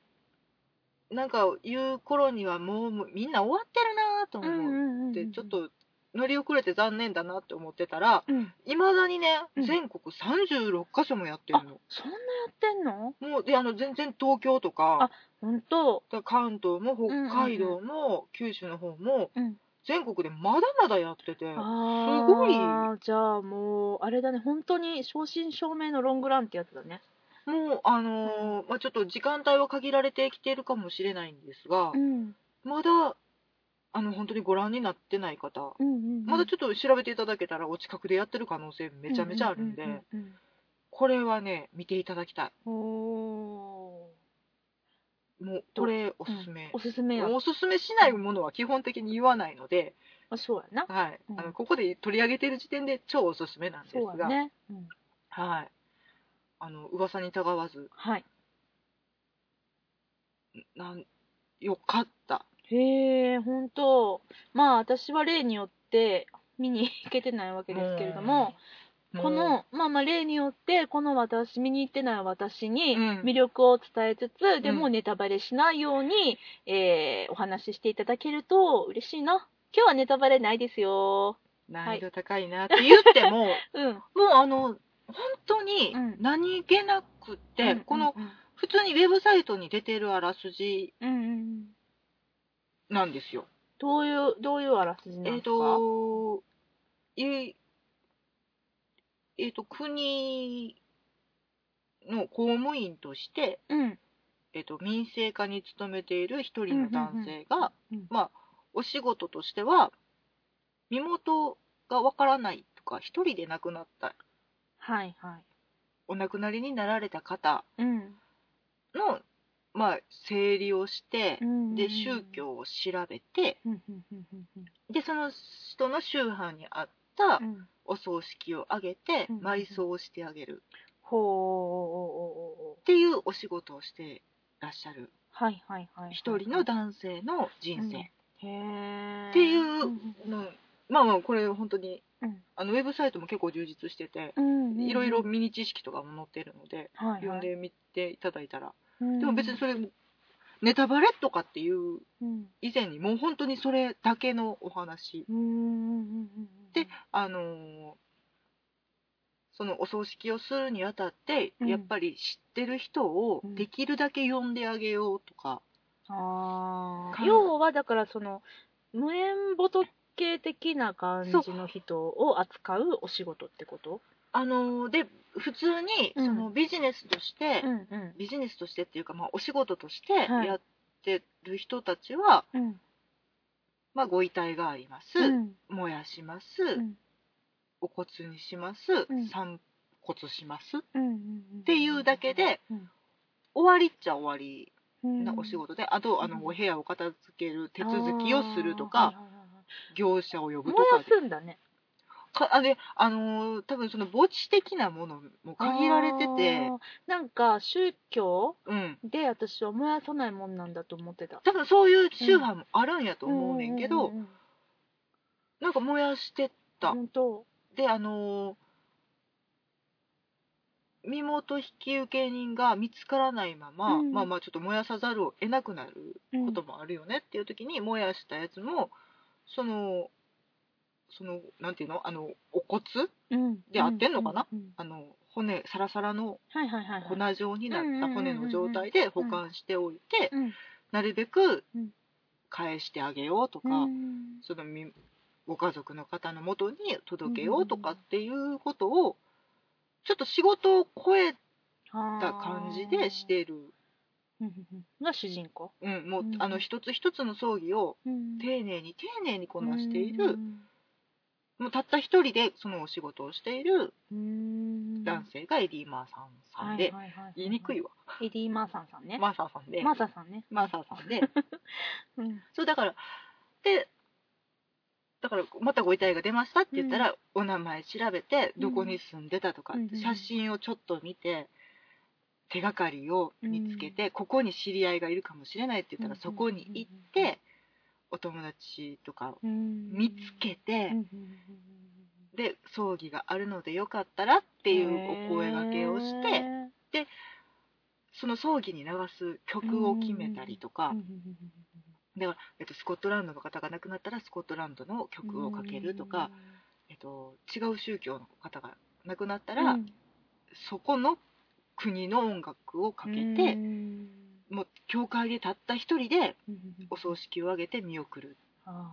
なんか言う頃にはもうもうみんな終わってるなと
う
思
んう
う、
んうん。
でちょっ。と乗り遅れて残念だなって思ってたら
うん。
いまだにね
うん
全国36カ所もやってるの、
そんなやってんの
もうであの全然東京と
あ
か
ほんと。
だから関東も北海道も九州の方も
うん
全国でまだまだやってて
あ
すごい
ーじゃあもう、あれだね、本当に正真正銘のロングランってやつだね。
もうあのーまあ、ちょっと時間帯は限られてきてるかもしれないんですが
ん。
まだあの本当にご覧になってない方
うんうん
まだちょっと調べていただけたらお近くでやってる可能性めちゃめちゃあるんで、。これはね見ていただきたい
おー。
もうこれおすすめ、
おすすめや。
おすすめしないものは基本的に言わないので、
あ、そうやな。
はい
うん
あのここで取り上げている時点で超おすすめなんです
そうや
が、
ね。うん
はい、あの噂にたがわず
はい。
なんよかった
へえ、ほんと。まあ、私は例によって見に行けてないわけですけれども、
もう
この、まあまあ、例によって、この私、見に行ってない私に
うん
魅力を伝えつつ、で
う
もネタバレしないように、えーお話ししていただけると嬉しいな。今日はネタバレないですよ。
難易度高いなって言っても、
うん。
もうあの本当に
うん
何気なくって、
うん
この、普通にウェブサイトに出てるあらすじ
うんうんうん。
なんですよ。
どういう、どういうあらすじなん
え
で
っ、
すか、
とええーと国の公務員として、
うん。
えー、と民生課に勤めている一人の男性が、
うんうんうんうん
まあ、お仕事としては身元がわからないとか一人で亡くなった
はいはい。
お亡くなりになられた方
うん。
の、まあ、整理をして
う、ん
で宗。教を調べて
うんうんうんうんうん
でその人の宗派に合った、
うん。
お葬式をあげて
うんうんうん
埋葬をしてあげる
ほう。
っていうお仕事をしてらっしゃる
はいはいはいはい。
一人の男性の人生、
へー
っていう
うん
のまあまあこれ本当に、
うん
あのウェブサイトも結構充実してて、
うんうん。
いろいろミニ知識とかも載ってるので、
はいはい
読んでみていただいたら、
うん
でも別にそれネタバレとかっていう
うん
以前にもう本当にそれだけのお話
うんうんうんうんうん
であのーそのお葬式をするにあたって、
うん
やっぱり知ってる人を
うん
できるだけ呼んであげようとか、
あー
か
要はだからその無縁仏的な感じの人を扱うお仕事ってこと
あのーで普通に
うん
そのビジネスとして、
んうん
ビジネスとしてっていうか、まあ、お仕事として
はい
やってる人たちは、
うん
まあ、ご遺体があります、
うん
燃やします、
ん
お骨にします、
うん
散骨しますっ
うんうんって
いうだけで
うん
終わりっちゃ終わりなお仕
事
事で、あとあ
うん
のお部屋を片付ける手続きをするとか、業者を呼
燃
ぶとか
やすんだね
かあれあのー多分その墓地的なものも限られてて
あーなんか宗教
うん
で私は燃やさないもんなんだと思ってた
多分そういう宗派もあるんやと思うねんけど、
うううんうん
なんか燃やしてた
本当
であのー身元引受人が見つからないまま、
うん
まあまあちょっと燃やさざるを得なくなることもあるよねっていう時に燃やしたやつもそのそのなんていうのあのお骨で合ってんのかな、
うんうんうん
あの骨サラサラの
はいはいはいはい
粉状になった骨の状態で保管しておいて
うん
なるべく
うん
返してあげようとか、
うん
そのみご家族の方の元に届けようとかっていうことをちょっと仕事を超えた感じでし
あ
ている、
ーうんうんうんが主人公、
うん、もう、
うん
あの一つ一つの葬儀を
うん
丁寧に丁寧にこなしていうる、
ん
もうたった一人でそのお仕事をしている
うん
男性がエディ・マーサンさんで、
はいはいはは
言いにくいわ、
エディ・マーサンさんね、
マーサンさんで、
マーサさんね、
マーサンさんで
うん
そうだからでだからまたご遺体が出ましたって言ったら、お名前調べて
うん
どこに住んでたとか、
うんうん
写真をちょっと見て手がかりを見つけて、ここに知り合いがいるかもしれないって言ったら、
うん
そこに行って、お友達とか
うん
見つけて
う、ん
で葬儀があるのでよかったらっていうお声がけをして、
へー
その葬儀に流す曲を決めたりとか、
うんうんうん
えっと、スコットランドの方が亡くなったらスコットランドの曲をかけるとか、えっと、違う宗教の方が亡くなったら、
うん
そこの国の音楽をかけて、
うん
もう教会でたった一人で
うんうん
お葬式を挙げて見送る
あ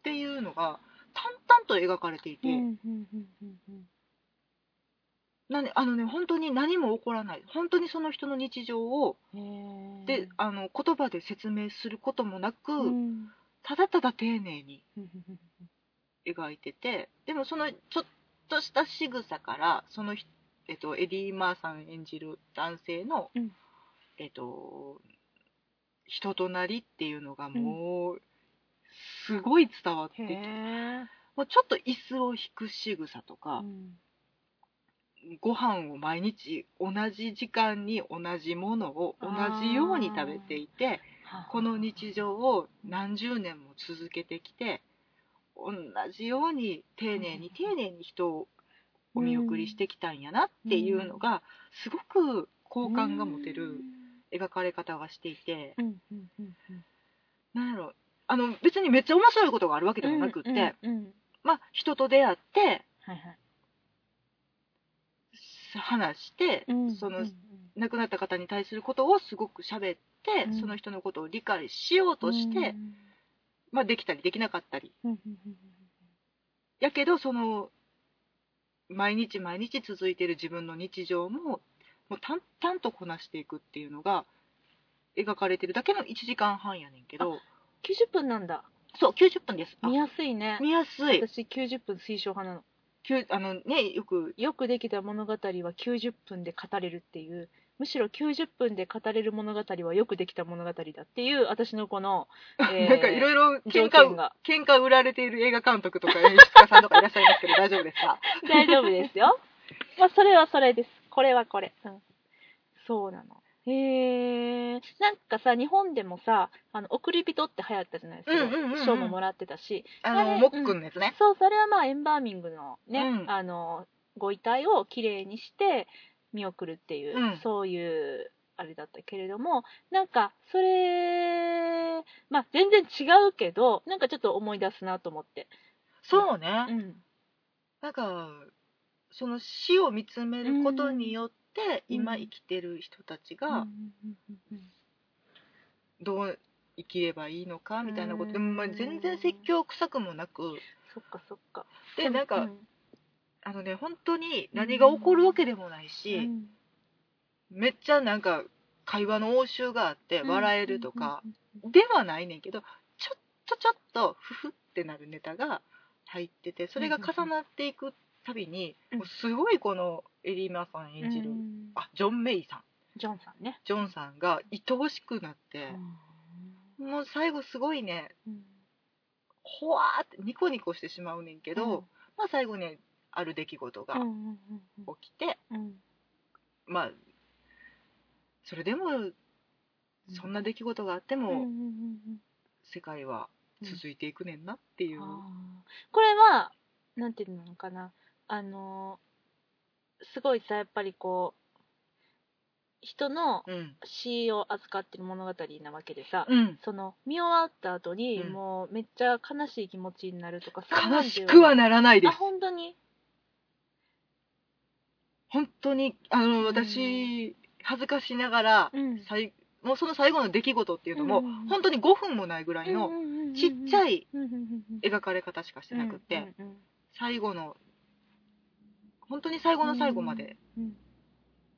っていうのが淡々と描かれてい
ー
て、
うんうんうんうんうん
なにあのね本当に何も起こらない本当にその人の日常を、
へー
であの言葉で説明することもなく、
うん
ただただ丁寧に
うんうん
描いててでもそのちょっとした仕草からそのひ、えっと、エディ・マーさん演じる男性の、
うん
えっと、人となりっていうのがもう、すごい伝わって
へ
きて
え
もうちょっと椅子を引く仕草とか、ご飯を毎日同じ時間に同じものを同じように食べていてこの日常を何十年も続けてきて同じように丁寧に丁寧に人をお見送りしてきたんやなっていうのがすごく好感が持てる描かれ方がしていて
うんうんうんうん
なんやろあの別にめっちゃ面白いことがあるわけでもなくって、
うんうんうん
まあ人と出会って
はいはい
話して、
うん
その
うん
亡くなった方に対することをすごく喋って、
うん
その人のことを理解しようとして、まあ、できたりできなかったり
うんうんうんうん
やけどその毎日毎日続いている自分の日常ももう淡々とこなしていくっていうのが描かれてるだけの1時間半やねんけど
90分なんだ
そう90分ですあ
見やすいね
見やすい
私90分推奨派なの
きゅうあのねよく
よくできた物語は90分で語れるっていうむしろ90分で語れる物語はよくできた物語だっていう私のこの、えー
なんかいろいろ
条
喧嘩
件
を
が
喧嘩売られている映画監督とか演出家さんとかいらっしゃいますけど大丈夫ですか
大丈夫ですよ。まあ、それはそれです。これはこれ。うん、そうなの。へえ。なんかさ、日本でもさ、あの、送り人って流行ったじゃないですか。
うんうんうんうん
賞ももらってたし。
あ
あ
の
れ
モックンのやつね、
そう、それはまあ、エンバーミングのね、
うん
あの、ご遺体をきれいにして見送るっていう、
うん
そういう、あれだったけれども、なんか、それ、まあ、全然違うけど、なんかちょっと思い出すなと思って。
そう
う
ね、
ん
なんかその死を見つめることによって、
うん
今生きてる人たち
うんう
が
んうんうん
どう生きればいいのかみたいなこと、
うん
でもまあ全然説教臭くもなく
そっかそっか
でなんか、
うん
あのね本当に何が起こるわけでもないし、
うん
めっちゃなんか会話の応酬があって
うん
笑えるとか
うん
ではないねんけどちょっとちょっとフフってなるネタが入っててそれが重なっていくたびに
うん
もうすごいこのエリーマさん
うんうん
演じる
うん
あジョン・メイさん
ジョンさんね
ジョンさんが愛おしくなって
う
もう最後すごいね
ん
ほわーってニコニコしてしまうねんけど、まあ最後ねある出来事が
うんう
起
んうんうん
きて、
うん
まあそれでもそんな出来事があっても、
うんうんうんうん
世界は続いていくねんなっていう、
あーこれはなんていうのかなあのーすごいさやっぱりこう人の
うん
死を扱ってる物語なわけでさ、
うん、
その見終わった後に、
うん
もうめっちゃ悲しい気持ちになるとか
悲しくは
ない
ならないで
あ
す
本当に
本当にあの、
うん
私恥ずかしながら、
うん
最もうその最後の出来事っていうのも、
うん
本当に5分もないぐらいのちっちゃ
い
い
じ
描かれ方しかしてなくって、
うんうん
最後の本当に最後の最後まで
うんうん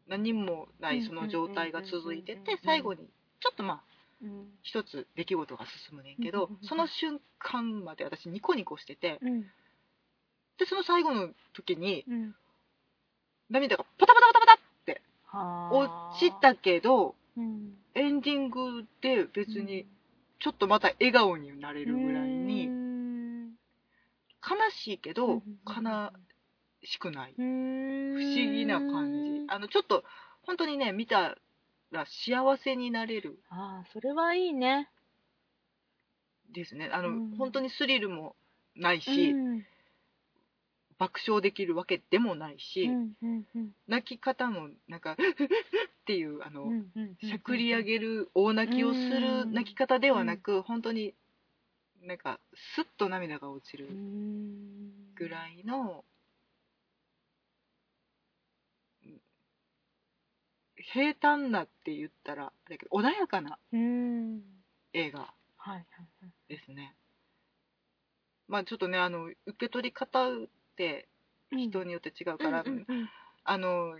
何もな
う
い
ん
その状態が続いて
うん
て最後にちょっとまあ
うん
一つ出来事が進むねんけ
う
ど
んうんうん
その瞬間まで私ニコニコしてて
うん
でその最後の時に
うん
涙がパタパタパタパタ
は
落
ー
ちたけど
うん
エンディングで別にちょっとまた笑顔になれるぐらいうに
ん
悲しいけ
うん
ど
うん
悲しくない
不
不思議な感じあのちょっと本当にね見たら幸せになれる
ああそれはいいね
ですねあの、
うん
本当にスリルもないし、
うん
爆笑できるわけでもないし、
うんうんうん
泣き方もなんか っていうあの、
うんうんうん
しゃくり上げる大泣きをす
う
る
ん
泣き方ではなく、本当になんかスッと涙が落ちる
うん
ぐらいの、うん平坦なって言ったらあれやけど穏やかな
うん
映画
はいはいはい
ですね。まあちょっとねあの受け取り方って人によって違うから、
うんうん
あの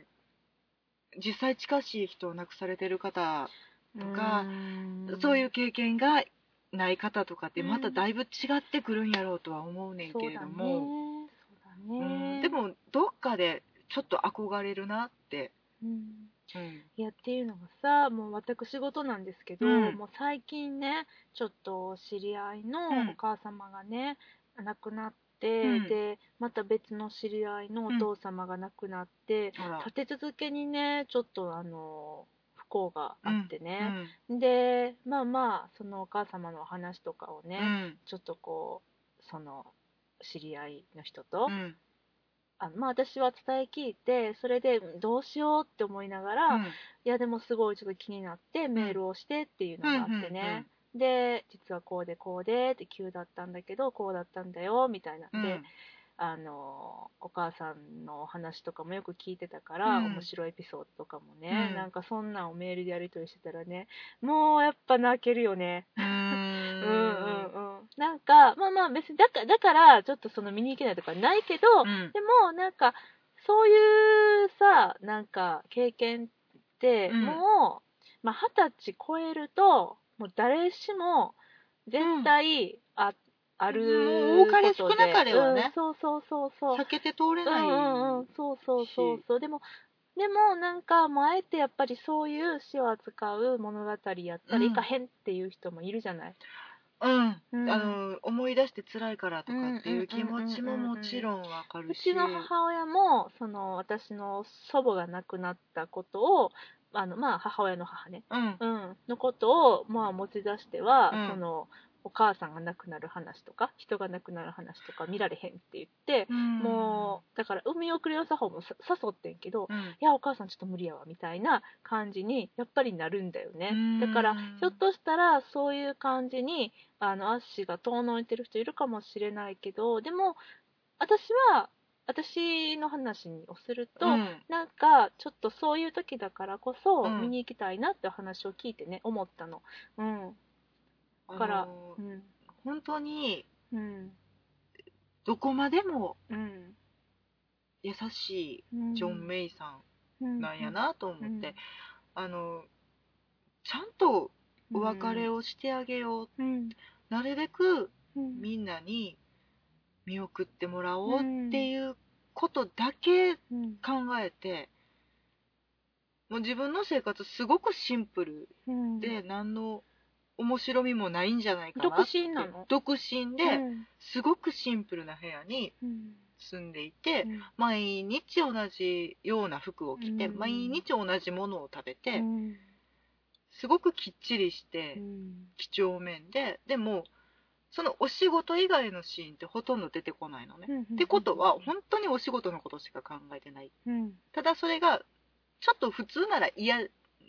実際近しい人を亡くされてる方、
うん
とか
ん
そういう経験がない方とかって
うん
まただいぶ違ってくるんやろうとは思うねんけれど
そ
も、
うだねそうだね
うんでもどっかでちょっと憧れるなって、
うん
うん
いやっていうのがさもう私事なんですけど、
うん
もう最近ねちょっと知り合いの
うん
お母様がね、亡くなって、
うん
でまた別の知り合いのお父様が亡くなって、
ほら、
立て続けにねちょっとあの不幸があってね、でまあまあそのお母様のお話とかをね、
うんうん
ちょっとこうその知り合いの人と、
うん
あまあ私は伝え聞いてそれでうんどうしようって思いながら、いやでもすごいちょっと気になってメールをしてっていうのがあってね、で実はこうでこうでって急だったんだけどこうだったんだよみたいな
うんん
で、
うん
あのお母さんのお話とかもよく聞いてたから、
うん
面白いエピソードとかもね、
うん
なんかそんなんをメールでやり取りしてたらねもうやっぱ泣けるよね。
う
うんう
ん
んうん、なんかまあまあ別にだからだからちょっとその見に行けないとかないけど、
うん
でもなんかそういうさなんか経験って、
うん
もうまあ二十歳超えるともう誰しも絶対あ,、ある
もう多か
こ
れ
とで
少なかれはね
うんそうそうそうそう
避けて通れない、
うんうんうん、そうそうそうそうでもでもなんかもうあえてやっぱりそういう死を扱う物語やったらいかへんっていう人もいるじゃない、
うん
うん
あの思い出して辛いからとかっていう気持ちももちろんわか
う
るし、
ちの母親もその私の祖母が亡くなったことをあのまあ母親の母ね、
うん
うん、のことをまあ持ち出しては、
うん
そのお母さんが亡くなる話とか人が亡くなる話とか見られへんって言って、もうだから海送りの作法もさ誘ってんけど、
う、うん
いやお母さんちょっと無理やわみたいな感じにやっぱりなるんだよね、
うん
だからひょっとしたらそういう感じにあのアッシーが遠のいてる人いるかもしれないけどでも私は私の話をすると、
うん
なんかちょっとそういう時だからこそ
うん
見に行きたいなって話を聞いてね思ったのうんだから
あの
う
ー
ん
本当に
うん
どこまでも
うん
優し
うん
いジョン・メイさんなんやなと思って、あのちゃんとお別れ
を、
をしてあげよう、
うん
なるべく
うん
みんなに見送ってもらおうっていうことだけ
うん
考えて、もう自分の生活すごくシンプル
うん
で、何の面白みもないんじゃないか
独
なって
身なの
独身で、
うん
すごくシンプルな部屋に
うん
住んでいて、
うん
毎日同じような服を着て、
うん
毎日同じものを食べて、
うん
すごくきっちりして、
うん
几帳面ででもそのお仕事以外のシーンってほとんど出てこないのね。ってことは本当にお仕事のことしか考えてない
うん
ただそれがちょっと普通なら嫌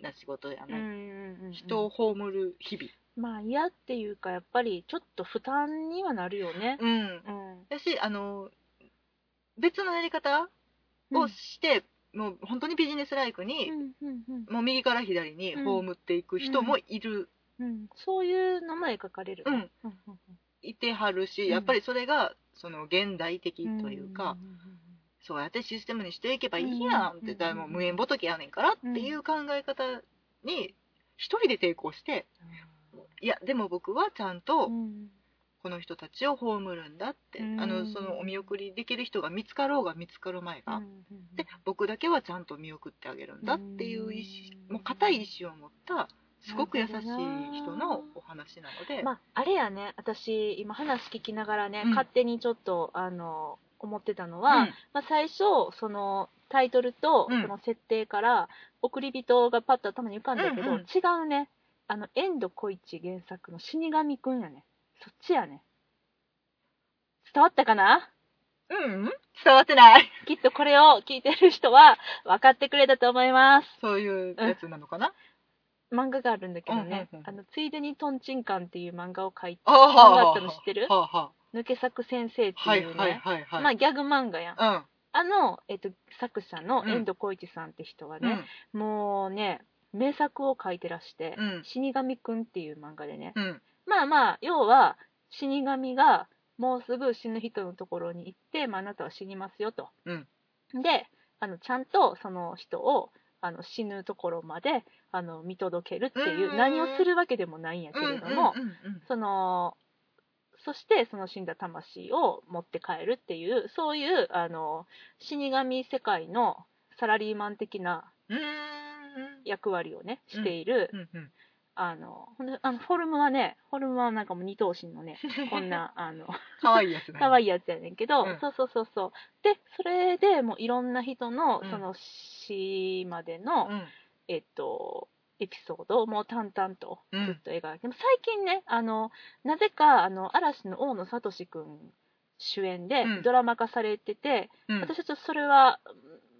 な仕事や
うんう
ない、
んうんうん
人を葬る日
まあ嫌っていうかやっぱりちょっと負担にはなるよね
々うん
うん
だしあの別のやり方をして、もう本当にビジネスライク
う
に、
んうんうん
もう右から左に
うん
葬っていく人もいる、
うんそういうのも描かれるねうんうんうん
いてはるし
うん
やっぱりそれがその現代的というか、
んんん
そうやってシステムにしていけばいいやんって、
うん
だからもう無縁仏やねんからっていう考え方に一人で抵抗して、いやでも僕はちゃんと
うん
この人たちを葬るんだって、
うん
あのそのお見送りできる人が見つかろうが見つかる前が、
うんうんうん
で僕だけはちゃんと見送ってあげるんだっていう意志、もう固い意志を持ったすごく優しい人のお話なので、
まああれやね私今話聞きながらね
うん
勝手にちょっとあの思ってたのは
うん
まあ、最初そのタイトルとそ
うん
の設定から送り人がパッと頭に浮かんだけど、
うんうん
違うねあの遠藤浩一原作の「死神くん」やねそっちやね伝わったかな
うんうん伝わってない
きっとこれを聞いてる人は分かってくれたと思います
そういうやつなのか な、
漫画があるんだけどね、
うんうんうん
あのついでに「とんちんかん」っていう漫画を書いて
ああ
漫画っての知ってる
はあはあ
抜け作先生って
はいいう
ね、
はいはいはい
まあギャグ漫画やん
うん
あの、えっと、作者の遠藤浩一さんって人はね、もうね名作を書いてらして
うん
「死神くん」っていう漫画でね、
うんうん
まあまあ要は死神がもうすぐ死ぬ人のところに行って、まあ、あなたは死にますよと。
うん
であのちゃんとその人をあの死ぬところまであの見届けるっていううん何をするわけでもないんやけれども
うんうんうん
そのそしてその死んだ魂を持って帰るっていうそういうあの死神世界のサラリーマン的な
うんうん
役割をねしている、
うんうん
あのほんであのフォルムはねフォルムはなんかもう二頭身のねこんなあの
可愛いやつ
可愛
い
いやつやねんけど、
うん
そうそうそうそうでそれでもういろんな人の
うん
その死までの、
うん
えっとエピソードをもう淡々と
うん
ずっと描いて、でも最近ねあのなぜかあの嵐の大野智くん主演で
うん
ドラマ化されてて、
うん
私はちょっとそれはう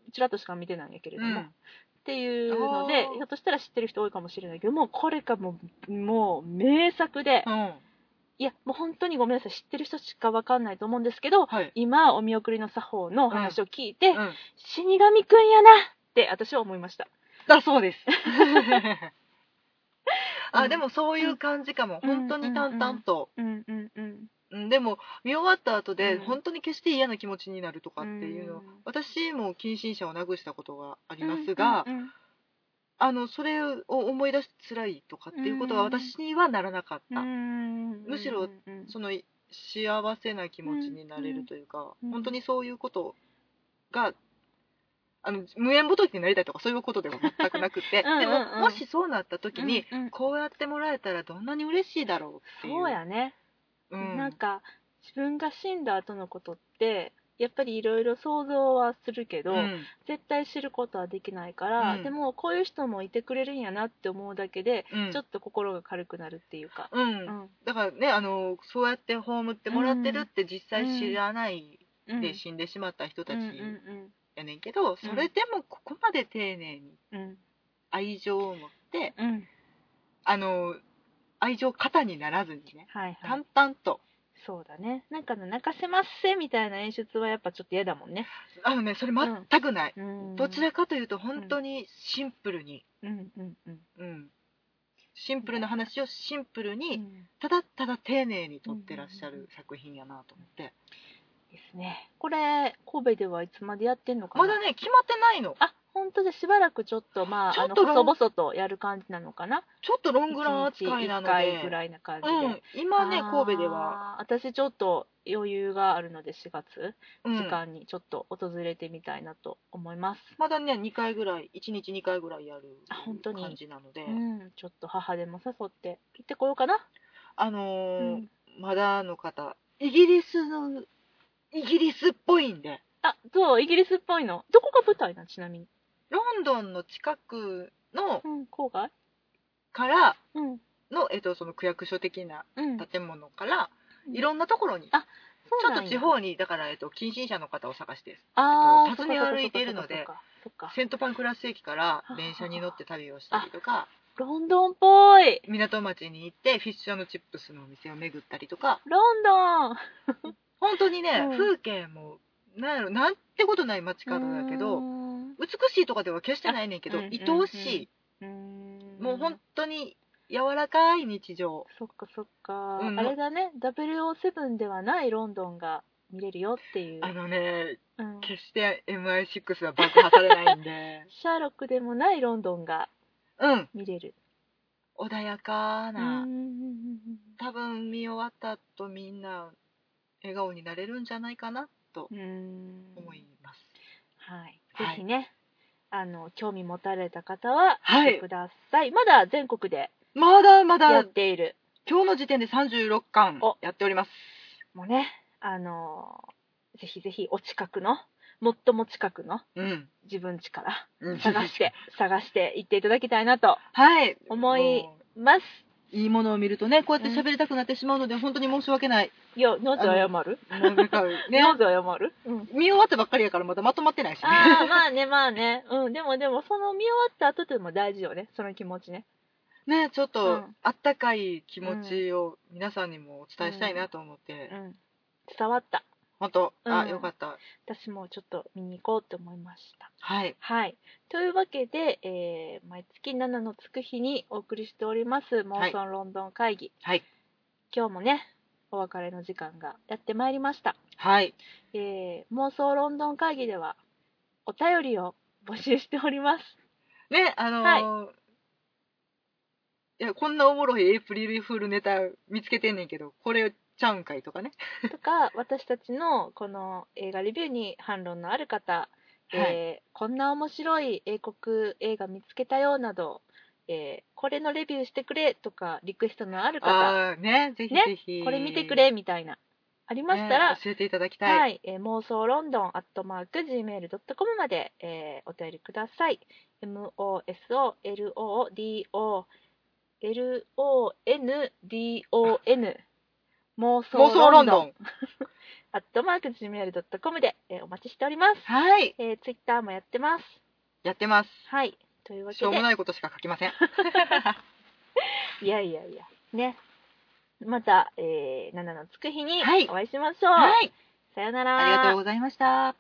んちらっとしか見てないんやけれども、
うん
っていうので
あー
ひょっとしたら知ってる人多いかもしれないけどもうこれがもうもう名作で、
うん
いやもう本当にごめんなさい知ってる人しかわかんないと思うんですけど
はい
今お見送りの作法のお話を聞いて、
うん
死神くんやなって私は思いました
だそう です
うん
あでもそういう感じかも
うん
本当に淡々と
うんうんうん
うんでも見終わった後で
うん
本当に決して嫌な気持ちになるとかっていう
う
の
ん
私も近親者をなくしたことがあり
い
ますがあのそれを思い出して辛いとかっていうことは私にはならなかった
む
むしろその幸せな気持ちになれるというか、
うんうん
本当にそういうことがあの無縁仏になりたいとかそういうことでは全くなくて
うんうんうん
でももしそうなった時に、
うんうん
こうやってもらえたらどんなに嬉しいだろうっていう
そうやね、
うん
なんか自分が死んだ後のことってやっぱりいろいろ想像はするけど、
うん
絶対知ることはできないから、
うん
でもこういう人もいてくれるんやなって思うだけで、
うん
ちょっと心が軽くなるっていうか、
う、
うんん
だからねあのそうやって葬ってもらってるって実際知らない
うん、
で死んでしまった人たち
うんうん
やねんけど、それでもここまで丁寧に
うん
愛情を持って
うんうん
あの愛情型にならずにね
はいはい
淡々と
そうだねなんかの泣かせまっせみたいな演出はやっぱちょっと嫌だもんね
あのねそれ全くない、
うん
どちらかというと本当にシンプルに、
うんうんうん
うん、シンプルな話をシンプル
う
に
ん
ただただ丁寧に撮ってらっしゃる作品やなと思って
ですねこれ神戸ではいつまでやってんのかな
まだね決まってないの
あ本当でしばらくちょっとまあ
ちょっと
あの細々とやる感じなのかな
ちょっとロングラン
1日
扱いな
1
ので
回ぐらいな感じで、
うん、今ね神戸では、
あー私ちょっと余裕があるので4月
うん
時間にちょっと訪れてみたいなと思います、
まだね2回ぐらい1日2回ぐらいやる
あ本当に
感じなので、
うん、ちょっと母でも誘って行ってこようかな、
あのー
うん
まだの方イギリスのイギリスっぽいんで
あそうイギリスっぽいのどこが舞台なんちなみに、
ロンドンの近くの
うん、郊外
から
うん
の,、えっとその区役所的な
うん
建物から
うん
いろんなところに、
あ
ちょっと地方
に
にだから、えっと近親者の方を探して
あー
えっと訪ね歩いているので
そっかそっかそっかそっか
セントパンクラス駅から電車に乗って旅をしたりとか
ロンドンっぽい
港町に行ってフィッシュチップスのお店を巡ったりとか
ロンドン
本当にね、
うん
風景もなんやろなんてことない街角だけど、
うーん
美しいとかでは決してないねんけど、
あうんうん
愛おし
うーん
い、もう本当に柔らかい日常
そっかそっか、
うん
あれだね007ではないロンドンが見れるよっていう、
あのね
うんシ
決して MI6 は爆破されない んで
ャーロックでもないロンドンが
うん
見れる
穏やかな、
うんうんうん
多分見終わった後みんな笑顔になれるんじゃないかなと
うんうんうーん
思います、
はい、ぜ
はい
ひねあの興味持たれた方は
はい
来てください、まだ全国で
まだま
や
だ
っている
今日の時点で36巻
お
やっております
もうねあのぜひぜひお近くの最も近くの
うん
自分家から
うん
探して探して行っていただきたいなと
はい
思い
もう
ます
いいものを見るとね、こうやって喋りたくなってしまうので、本当に申し訳ない。
いや、なぜ謝る
もうなんか ね、
なぜ謝る、うん、
見終わったばっかりやからまだまとまってないしね。
ああ、まあね、まあね。うん、でもでも、その見終わった後でも大事よね、その気持ちね。
ね、ちょっ
う
と
ん
あったかい気持ちを皆さんにもお伝えしたいなと思って、
うん。伝わった。
本当、
う
あ、
ん
よかった。
私もちょっと見に行こうって思いました。
はい。
はい。というわけで、えー毎月7のつく日にお送りしております、
は
妄
い
想ロンドン会議。
はい。
今日もね、お別れの時間がやってまいりました。
はい。
えー、妄想ロンドン会議では、お便りを募集しております。
ね、あのーい、や、こんなおもろいエイプリルフールネタ見つけてんねんけど、これちゃうんかいとかね。
とか私たちのこの映画レビューに反論のある方、
はい。
えーこんな面白い英国映画見つけたよなど、えーこれのレビューしてくれとかリクエストのある方
ああ、ね、ぜひ
ね
ぜひ、
これ見てくれみたいなありましたら、
ね教えていただきたい。
はい、えー妄想ロンドンアットマーク Gmail.com まで、えーお便りください。MOSOLODO,LONDON 妄
妄
想
想
ロ
ロ
ン
ン
ド
ド
ン
ン。
アットマーク Gmail.com で、えーお待ちしております。
はい。
えー、ツイッターもやってます。
やってます。
はい。というわけ
しょうも
で、
ないことしか書きません。
いやいやいや、ね。また、えー、7のつく日に
はい
お会いしましょう。
はい。
さよなら。
ありがとうございました。